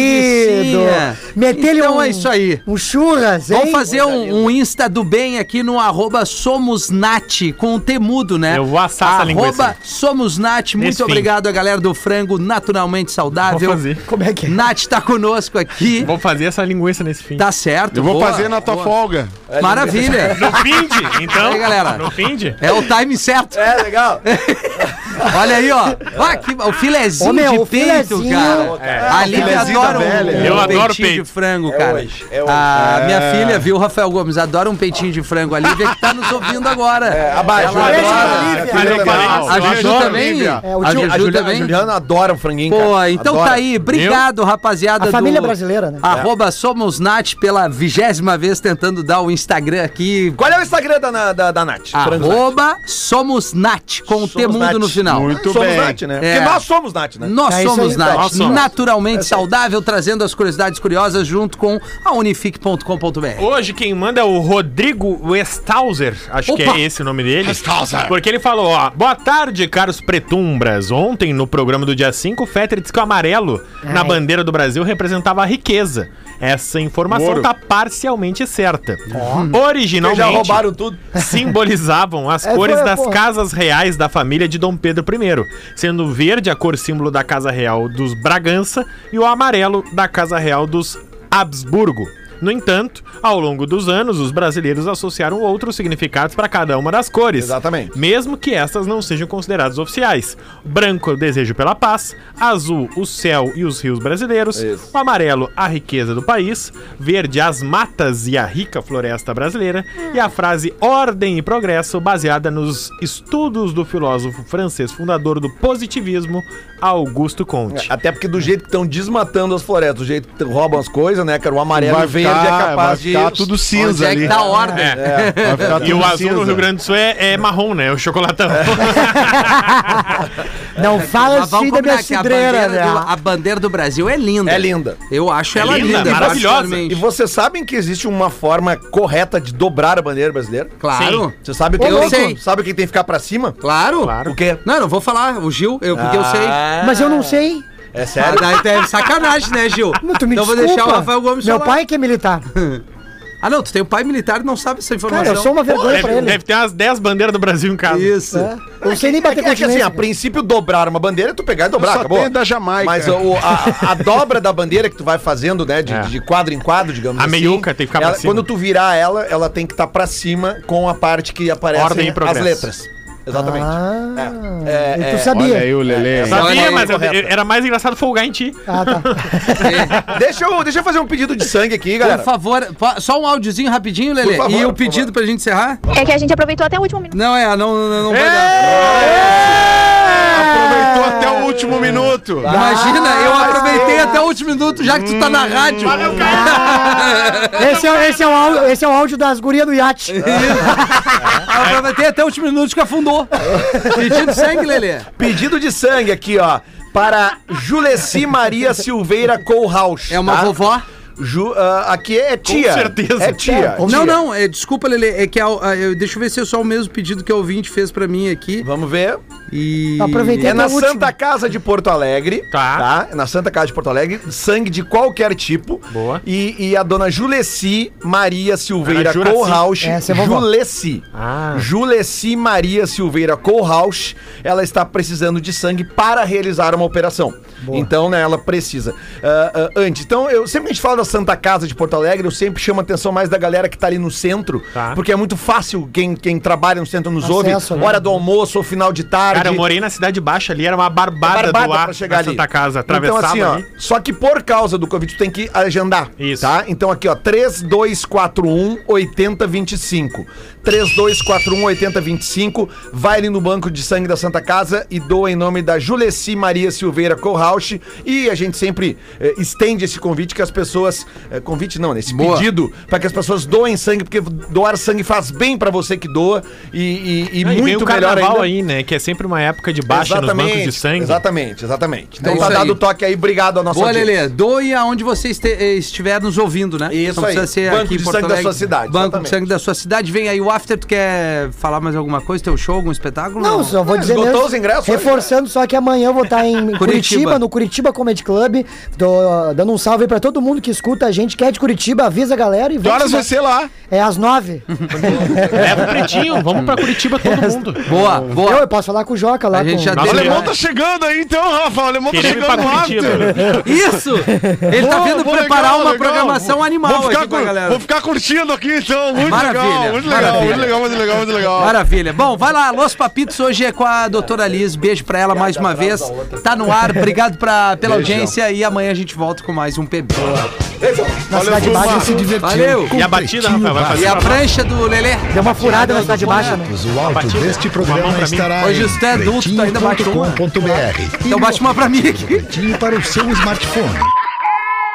Speaker 2: linguicinha.
Speaker 5: Meter-lhe
Speaker 2: Então
Speaker 5: um,
Speaker 2: é isso aí.
Speaker 5: um churras, hein?
Speaker 2: Vamos fazer um, um Insta do bem aqui no arroba SomosNat, com o temudo, né?
Speaker 6: Eu vou assar essa linguiça
Speaker 2: Arroba
Speaker 6: aí.
Speaker 2: SomosNat, muito
Speaker 6: Nesse fim.
Speaker 2: obrigado a galera do frango naturalmente saudável.
Speaker 6: Vou fazer.
Speaker 5: Como é que é?
Speaker 2: Nath tá conosco aqui.
Speaker 6: Vou fazer essa linguiça nesse fim.
Speaker 2: Tá certo.
Speaker 3: Eu vou
Speaker 2: boa,
Speaker 3: fazer na tua
Speaker 2: boa.
Speaker 3: folga.
Speaker 4: É,
Speaker 2: Maravilha.
Speaker 6: No finde, então.
Speaker 2: Aí, galera.
Speaker 6: No finde.
Speaker 2: É o time certo.
Speaker 4: É, legal.
Speaker 2: Olha aí, ó. Ah, que- o filezinho
Speaker 5: Ô, meu,
Speaker 2: de
Speaker 5: o
Speaker 2: peito,
Speaker 5: filezinho-
Speaker 2: cara.
Speaker 4: é
Speaker 2: É, Ali que
Speaker 3: filezinho
Speaker 2: adora
Speaker 3: da
Speaker 2: um,
Speaker 3: velha.
Speaker 2: um
Speaker 6: Eu adoro
Speaker 2: peitinho
Speaker 6: peito.
Speaker 2: de frango, cara.
Speaker 4: hoje, é hoje.
Speaker 2: A minha filha, viu, Rafael Gomes, adora um peitinho de frango. A Lívia que tá nos ouvindo agora.
Speaker 4: Abaixo,
Speaker 2: Ela é
Speaker 5: Beijo pra
Speaker 2: adora.
Speaker 5: Lívia.
Speaker 6: Mas eu falei, eu
Speaker 3: legal.
Speaker 6: adoro,
Speaker 2: A Juju também.
Speaker 3: Lívia.
Speaker 5: É, o
Speaker 2: a
Speaker 5: tio-
Speaker 2: Juju
Speaker 4: A, Julia, a
Speaker 2: também.
Speaker 4: Juliana adora um franguinho,
Speaker 2: Pô,
Speaker 4: cara.
Speaker 2: então
Speaker 4: Adora.
Speaker 2: tá aí. Obrigado, rapaziada.
Speaker 5: A família brasileira, né?
Speaker 2: Arroba Somos Nat pela vigésima vez tentando dar o Instagram aqui.
Speaker 4: Qual é o Instagram da, na- da, da Nath?
Speaker 2: Ah,
Speaker 4: Frango Nath.
Speaker 2: Arroba Somos Nat, com o
Speaker 4: Somos
Speaker 2: Temundo
Speaker 4: Nath.
Speaker 2: um no final.
Speaker 3: Muito
Speaker 4: somos
Speaker 3: bem.
Speaker 4: Nath, né?
Speaker 2: É.
Speaker 4: Porque nós somos Nath, né?
Speaker 2: Nós
Speaker 5: É isso
Speaker 2: somos
Speaker 5: aí,
Speaker 2: Nath,
Speaker 6: Nós somos.
Speaker 2: naturalmente saudável, trazendo as curiosidades curiosas junto com a unifique.com.br.
Speaker 6: Hoje quem manda é o Rodrigo Westhauser, acho que
Speaker 2: Opa!
Speaker 6: é esse o nome dele. Westhauser. Porque ele falou, ó, boa tarde, caros pretumbras. Ontem, no programa do dia 5, o Fetter disse que o amarelo na bandeira do Brasil representava a riqueza. Essa informação
Speaker 3: Ouro.
Speaker 6: tá parcialmente certa.
Speaker 4: Vocês
Speaker 6: Originalmente...
Speaker 4: já roubaram tudo.
Speaker 6: simbolizavam as
Speaker 5: É,
Speaker 6: cores
Speaker 5: foi,
Speaker 6: das
Speaker 5: pô.
Speaker 6: casas reais da família de Dom Pedro I, sendo o verde a cor símbolo da Casa Real dos Bragança e o amarelo da Casa Real dos Habsburgo. No entanto, ao longo dos anos, os brasileiros associaram outros significados para cada uma das cores.
Speaker 4: Exatamente.
Speaker 6: Mesmo que estas não sejam consideradas oficiais. Branco é o desejo pela paz, azul o céu e os rios brasileiros,
Speaker 4: Isso.
Speaker 6: o amarelo a riqueza do país, verde as matas e a rica floresta brasileira e a frase ordem e progresso baseada nos estudos do filósofo francês fundador do positivismo Augusto Conte.
Speaker 4: É, Até porque do jeito que estão desmatando as florestas, do jeito que tão- roubam as coisas, né, cara? O amarelo
Speaker 3: Vai
Speaker 4: vem
Speaker 3: ficar
Speaker 4: verde é capaz
Speaker 3: vai ficar
Speaker 4: de.
Speaker 3: tudo
Speaker 2: Onde
Speaker 3: cinza
Speaker 2: é
Speaker 3: ali.
Speaker 2: que tá a ordem?
Speaker 4: é,
Speaker 3: Vai ficar tudo
Speaker 6: E o azul
Speaker 3: cinza.
Speaker 6: no Rio Grande do Sul é, é marrom, né? O chocolatão.
Speaker 4: É.
Speaker 5: Não fala
Speaker 2: Mas vamos
Speaker 5: assim da minha
Speaker 2: combinar é que a
Speaker 5: cidreira,
Speaker 2: bandeira, do,
Speaker 5: né?
Speaker 2: a bandeira do Brasil é linda.
Speaker 4: É linda.
Speaker 2: Eu acho ela
Speaker 6: linda,
Speaker 2: linda,
Speaker 6: maravilhosa.
Speaker 2: particularmente.
Speaker 4: E vocês sabem que existe uma forma correta de dobrar a bandeira brasileira?
Speaker 2: Claro,
Speaker 4: Você sabe o que
Speaker 2: Eu sei.
Speaker 4: Sabe quem tem que ficar pra cima?
Speaker 2: claro.
Speaker 4: O quê?
Speaker 2: Não, não vou falar, o Gil, eu, porque
Speaker 4: Ah,
Speaker 2: eu sei.
Speaker 5: Mas eu não sei.
Speaker 4: É
Speaker 2: Ah,
Speaker 4: sério?
Speaker 2: daí é sacanagem, né, Gil?
Speaker 5: Não, tu me
Speaker 2: então
Speaker 5: desculpa.
Speaker 2: vou deixar o Rafael Gomes
Speaker 5: Meu
Speaker 2: falar.
Speaker 5: pai que é militar.
Speaker 2: Ah, não, tu tem um pai militar e não sabe essa informação.
Speaker 5: Cara, eu sou uma vergonha pra
Speaker 6: deve,
Speaker 5: ele.
Speaker 6: deve ter umas 10 bandeiras do Brasil em casa.
Speaker 2: Isso.
Speaker 5: É. Eu não sei nem
Speaker 4: É
Speaker 5: bater
Speaker 4: que, é que assim,
Speaker 5: continência,
Speaker 4: a
Speaker 5: cara.
Speaker 4: princípio dobrar uma bandeira é tu pegar e dobrar,
Speaker 3: Só
Speaker 4: acabou.
Speaker 3: tem da Jamaica.
Speaker 4: Mas o- a, a dobra da bandeira que tu vai fazendo, né, de,
Speaker 6: É.
Speaker 4: de quadro em quadro, digamos
Speaker 6: A
Speaker 4: assim.
Speaker 6: meiuca tem que ficar pra
Speaker 4: ela-
Speaker 6: cima.
Speaker 4: Quando tu virar ela, ela tem que estar pra cima com a parte que aparece
Speaker 6: Ordem e
Speaker 4: as
Speaker 6: progresso.
Speaker 4: letras. Exatamente.
Speaker 5: Ah,
Speaker 4: É, é,
Speaker 5: e
Speaker 4: é.
Speaker 5: tu sabia.
Speaker 3: Olha aí o Lelê.
Speaker 2: Olha
Speaker 6: Sabia,
Speaker 2: aí,
Speaker 6: mas eu-
Speaker 4: correto.
Speaker 6: era mais engraçado folgar em ti.
Speaker 5: Ah, tá.
Speaker 4: Deixa eu, deixa eu fazer um pedido de sangue aqui,
Speaker 2: É. Por
Speaker 4: galera.
Speaker 2: favor, fa- só um áudiozinho rapidinho, Lelê.
Speaker 4: Por favor,
Speaker 2: e o
Speaker 4: por
Speaker 2: pedido
Speaker 4: favor.
Speaker 2: pra gente encerrar?
Speaker 10: É que a gente aproveitou até o último minuto.
Speaker 2: Não, é, não, não, não vai dar. é.
Speaker 3: Aproveitou até o último minuto.
Speaker 2: Imagina, eu aproveitei até o último minuto, já que tu tá na rádio. Ah, Valeu,
Speaker 5: Esse é, esse, é o áudio, esse é o áudio das gurias do iate.
Speaker 2: Eu aproveitei até o último minuto que afundou. Pedindo sangue, Lelê.
Speaker 4: Pedido de sangue aqui, ó. Para Juleci Maria Silveira Kohlhaus.
Speaker 2: É uma
Speaker 4: tá?
Speaker 2: vovó?
Speaker 4: Ju, ah, aqui é tia.
Speaker 6: certeza.
Speaker 4: É tia.
Speaker 2: Não,
Speaker 4: tia.
Speaker 2: não, é, desculpa, Lelê. É que a- a- eu- deixa eu ver se é só o mesmo pedido que a ouvinte fez pra mim aqui.
Speaker 4: Vamos ver.
Speaker 2: E.
Speaker 5: Aproveitei
Speaker 4: É na
Speaker 5: até o último.
Speaker 4: Santa Casa de Porto Alegre.
Speaker 6: Tá.
Speaker 4: É Na Santa Casa de Porto Alegre. Sangue de qualquer tipo.
Speaker 6: Boa.
Speaker 4: E, e a dona Juleci Maria Silveira
Speaker 6: Era Juraci.
Speaker 4: Kohlhaus.
Speaker 5: Essa é vovó.
Speaker 4: Juleci.
Speaker 6: Ah.
Speaker 4: Juleci Maria Silveira Kohlhaus. Ela está precisando de sangue para realizar uma operação. Então, né, ela precisa. Ah, ah, antes, então, eu sempre que a gente fala da Santa Casa de Porto Alegre, eu sempre chamo a atenção mais da galera que tá ali no centro,
Speaker 6: Tá.
Speaker 4: porque é muito fácil quem, quem trabalha no centro nos
Speaker 5: Acesso,
Speaker 4: ouve,
Speaker 5: né?
Speaker 4: hora do almoço ou final de tarde.
Speaker 6: Cara, eu morei na Cidade Baixa ali, era uma barbada,
Speaker 4: É Barbada
Speaker 6: do ar
Speaker 4: pra chegar
Speaker 6: da
Speaker 4: ali.
Speaker 6: Santa Casa.
Speaker 4: Então,
Speaker 6: Atravessava
Speaker 4: assim, ó,
Speaker 6: ali.
Speaker 4: só que por causa do Covid, tu tem que agendar.
Speaker 6: Isso.
Speaker 4: Tá? Então, aqui, ó, 3241 8025. 3241 8025. Vai ali no Banco de Sangue da Santa Casa e doa em nome da Juleci Maria Silveira Corrauch. E a gente sempre eh, estende esse convite que as pessoas. eh, convite não, né? Esse
Speaker 2: Boa.
Speaker 4: pedido para que as pessoas doem sangue, porque doar sangue faz bem para você que doa. E, e- e
Speaker 6: Ah, e vem
Speaker 4: muito
Speaker 6: o
Speaker 4: melhor
Speaker 6: carnaval
Speaker 4: ainda.
Speaker 6: aí, né? Que é sempre uma época de baixa nos bancos de sangue.
Speaker 4: Exatamente, exatamente. Então
Speaker 2: É
Speaker 4: tá
Speaker 2: isso aí.
Speaker 4: dado o toque aí, obrigado a nossa
Speaker 2: Boa,
Speaker 4: audiência.
Speaker 2: Lelê. Doe aonde você este- eh, estiver nos ouvindo, né?
Speaker 4: Isso aí.
Speaker 2: precisa ser
Speaker 4: Banco
Speaker 2: aqui em
Speaker 4: de
Speaker 2: Porto
Speaker 4: sangue da
Speaker 2: Alegre.
Speaker 4: sua cidade,
Speaker 2: Banco
Speaker 4: exatamente.
Speaker 2: de sangue da sua cidade. Vem aí o After. Tu quer falar mais alguma coisa? Teu show, algum espetáculo?
Speaker 5: Não, só vou dizer
Speaker 4: esgotou
Speaker 5: mesmo,
Speaker 4: os ingressos, olha.
Speaker 5: reforçando só que amanhã eu vou estar em Curitiba,
Speaker 2: Curitiba,
Speaker 5: no Curitiba Comedy Club. Tô dando um salve aí pra todo mundo que escuta a gente, que é de Curitiba, avisa a galera e
Speaker 3: Que
Speaker 5: vem.
Speaker 3: horas vai ser lá?
Speaker 5: É às nove.
Speaker 6: Leva o pretinho, vamos pra Curitiba todo mundo.
Speaker 2: Boa, boa.
Speaker 5: eu, eu posso falar com o Joca lá.
Speaker 2: A gente
Speaker 5: com-
Speaker 2: já
Speaker 6: Nossa,
Speaker 3: O
Speaker 2: teve.
Speaker 3: alemão tá chegando aí então, Rafa. O alemão tá
Speaker 6: Queremos ir pra
Speaker 3: chegando lá.
Speaker 6: Curitiba.
Speaker 2: Isso! Ele tá
Speaker 3: Vou-
Speaker 2: vindo
Speaker 3: vou
Speaker 2: preparar
Speaker 3: legal,
Speaker 2: uma
Speaker 3: legal.
Speaker 2: programação
Speaker 3: Vou-
Speaker 2: animal
Speaker 3: vou ficar,
Speaker 2: aqui pra
Speaker 3: cur-
Speaker 2: galera.
Speaker 3: Vou ficar curtindo aqui então. Muito
Speaker 2: Maravilha,
Speaker 3: legal, muito legal,
Speaker 2: maravilha.
Speaker 3: muito legal, muito legal, muito legal.
Speaker 2: Maravilha. Bom, vai lá, Los Papitos hoje é com a doutora Liz. Beijo pra ela mais uma vez. Tá no ar. Obrigado pra, pela audiência e amanhã a gente volta com mais um PB.
Speaker 5: Na Cidade
Speaker 3: turma.
Speaker 5: Baixa, se divertiu.
Speaker 2: Valeu!
Speaker 6: E a batida, Rafael, vai
Speaker 2: E
Speaker 6: fazer
Speaker 2: a
Speaker 6: uma
Speaker 3: assim,
Speaker 2: prancha do Lelê?
Speaker 5: Deu uma furada na Cidade Baixa, né?
Speaker 9: O áudio
Speaker 6: Batida.
Speaker 9: deste
Speaker 6: Uma mão
Speaker 9: programa
Speaker 6: pra mim.
Speaker 9: estará
Speaker 2: Hoje
Speaker 9: em
Speaker 2: os Té adultos ainda tá bate uma.
Speaker 9: pretinho.com.br.
Speaker 2: Então bate uma pra mim aqui.
Speaker 9: Pretinho para o seu smartphone.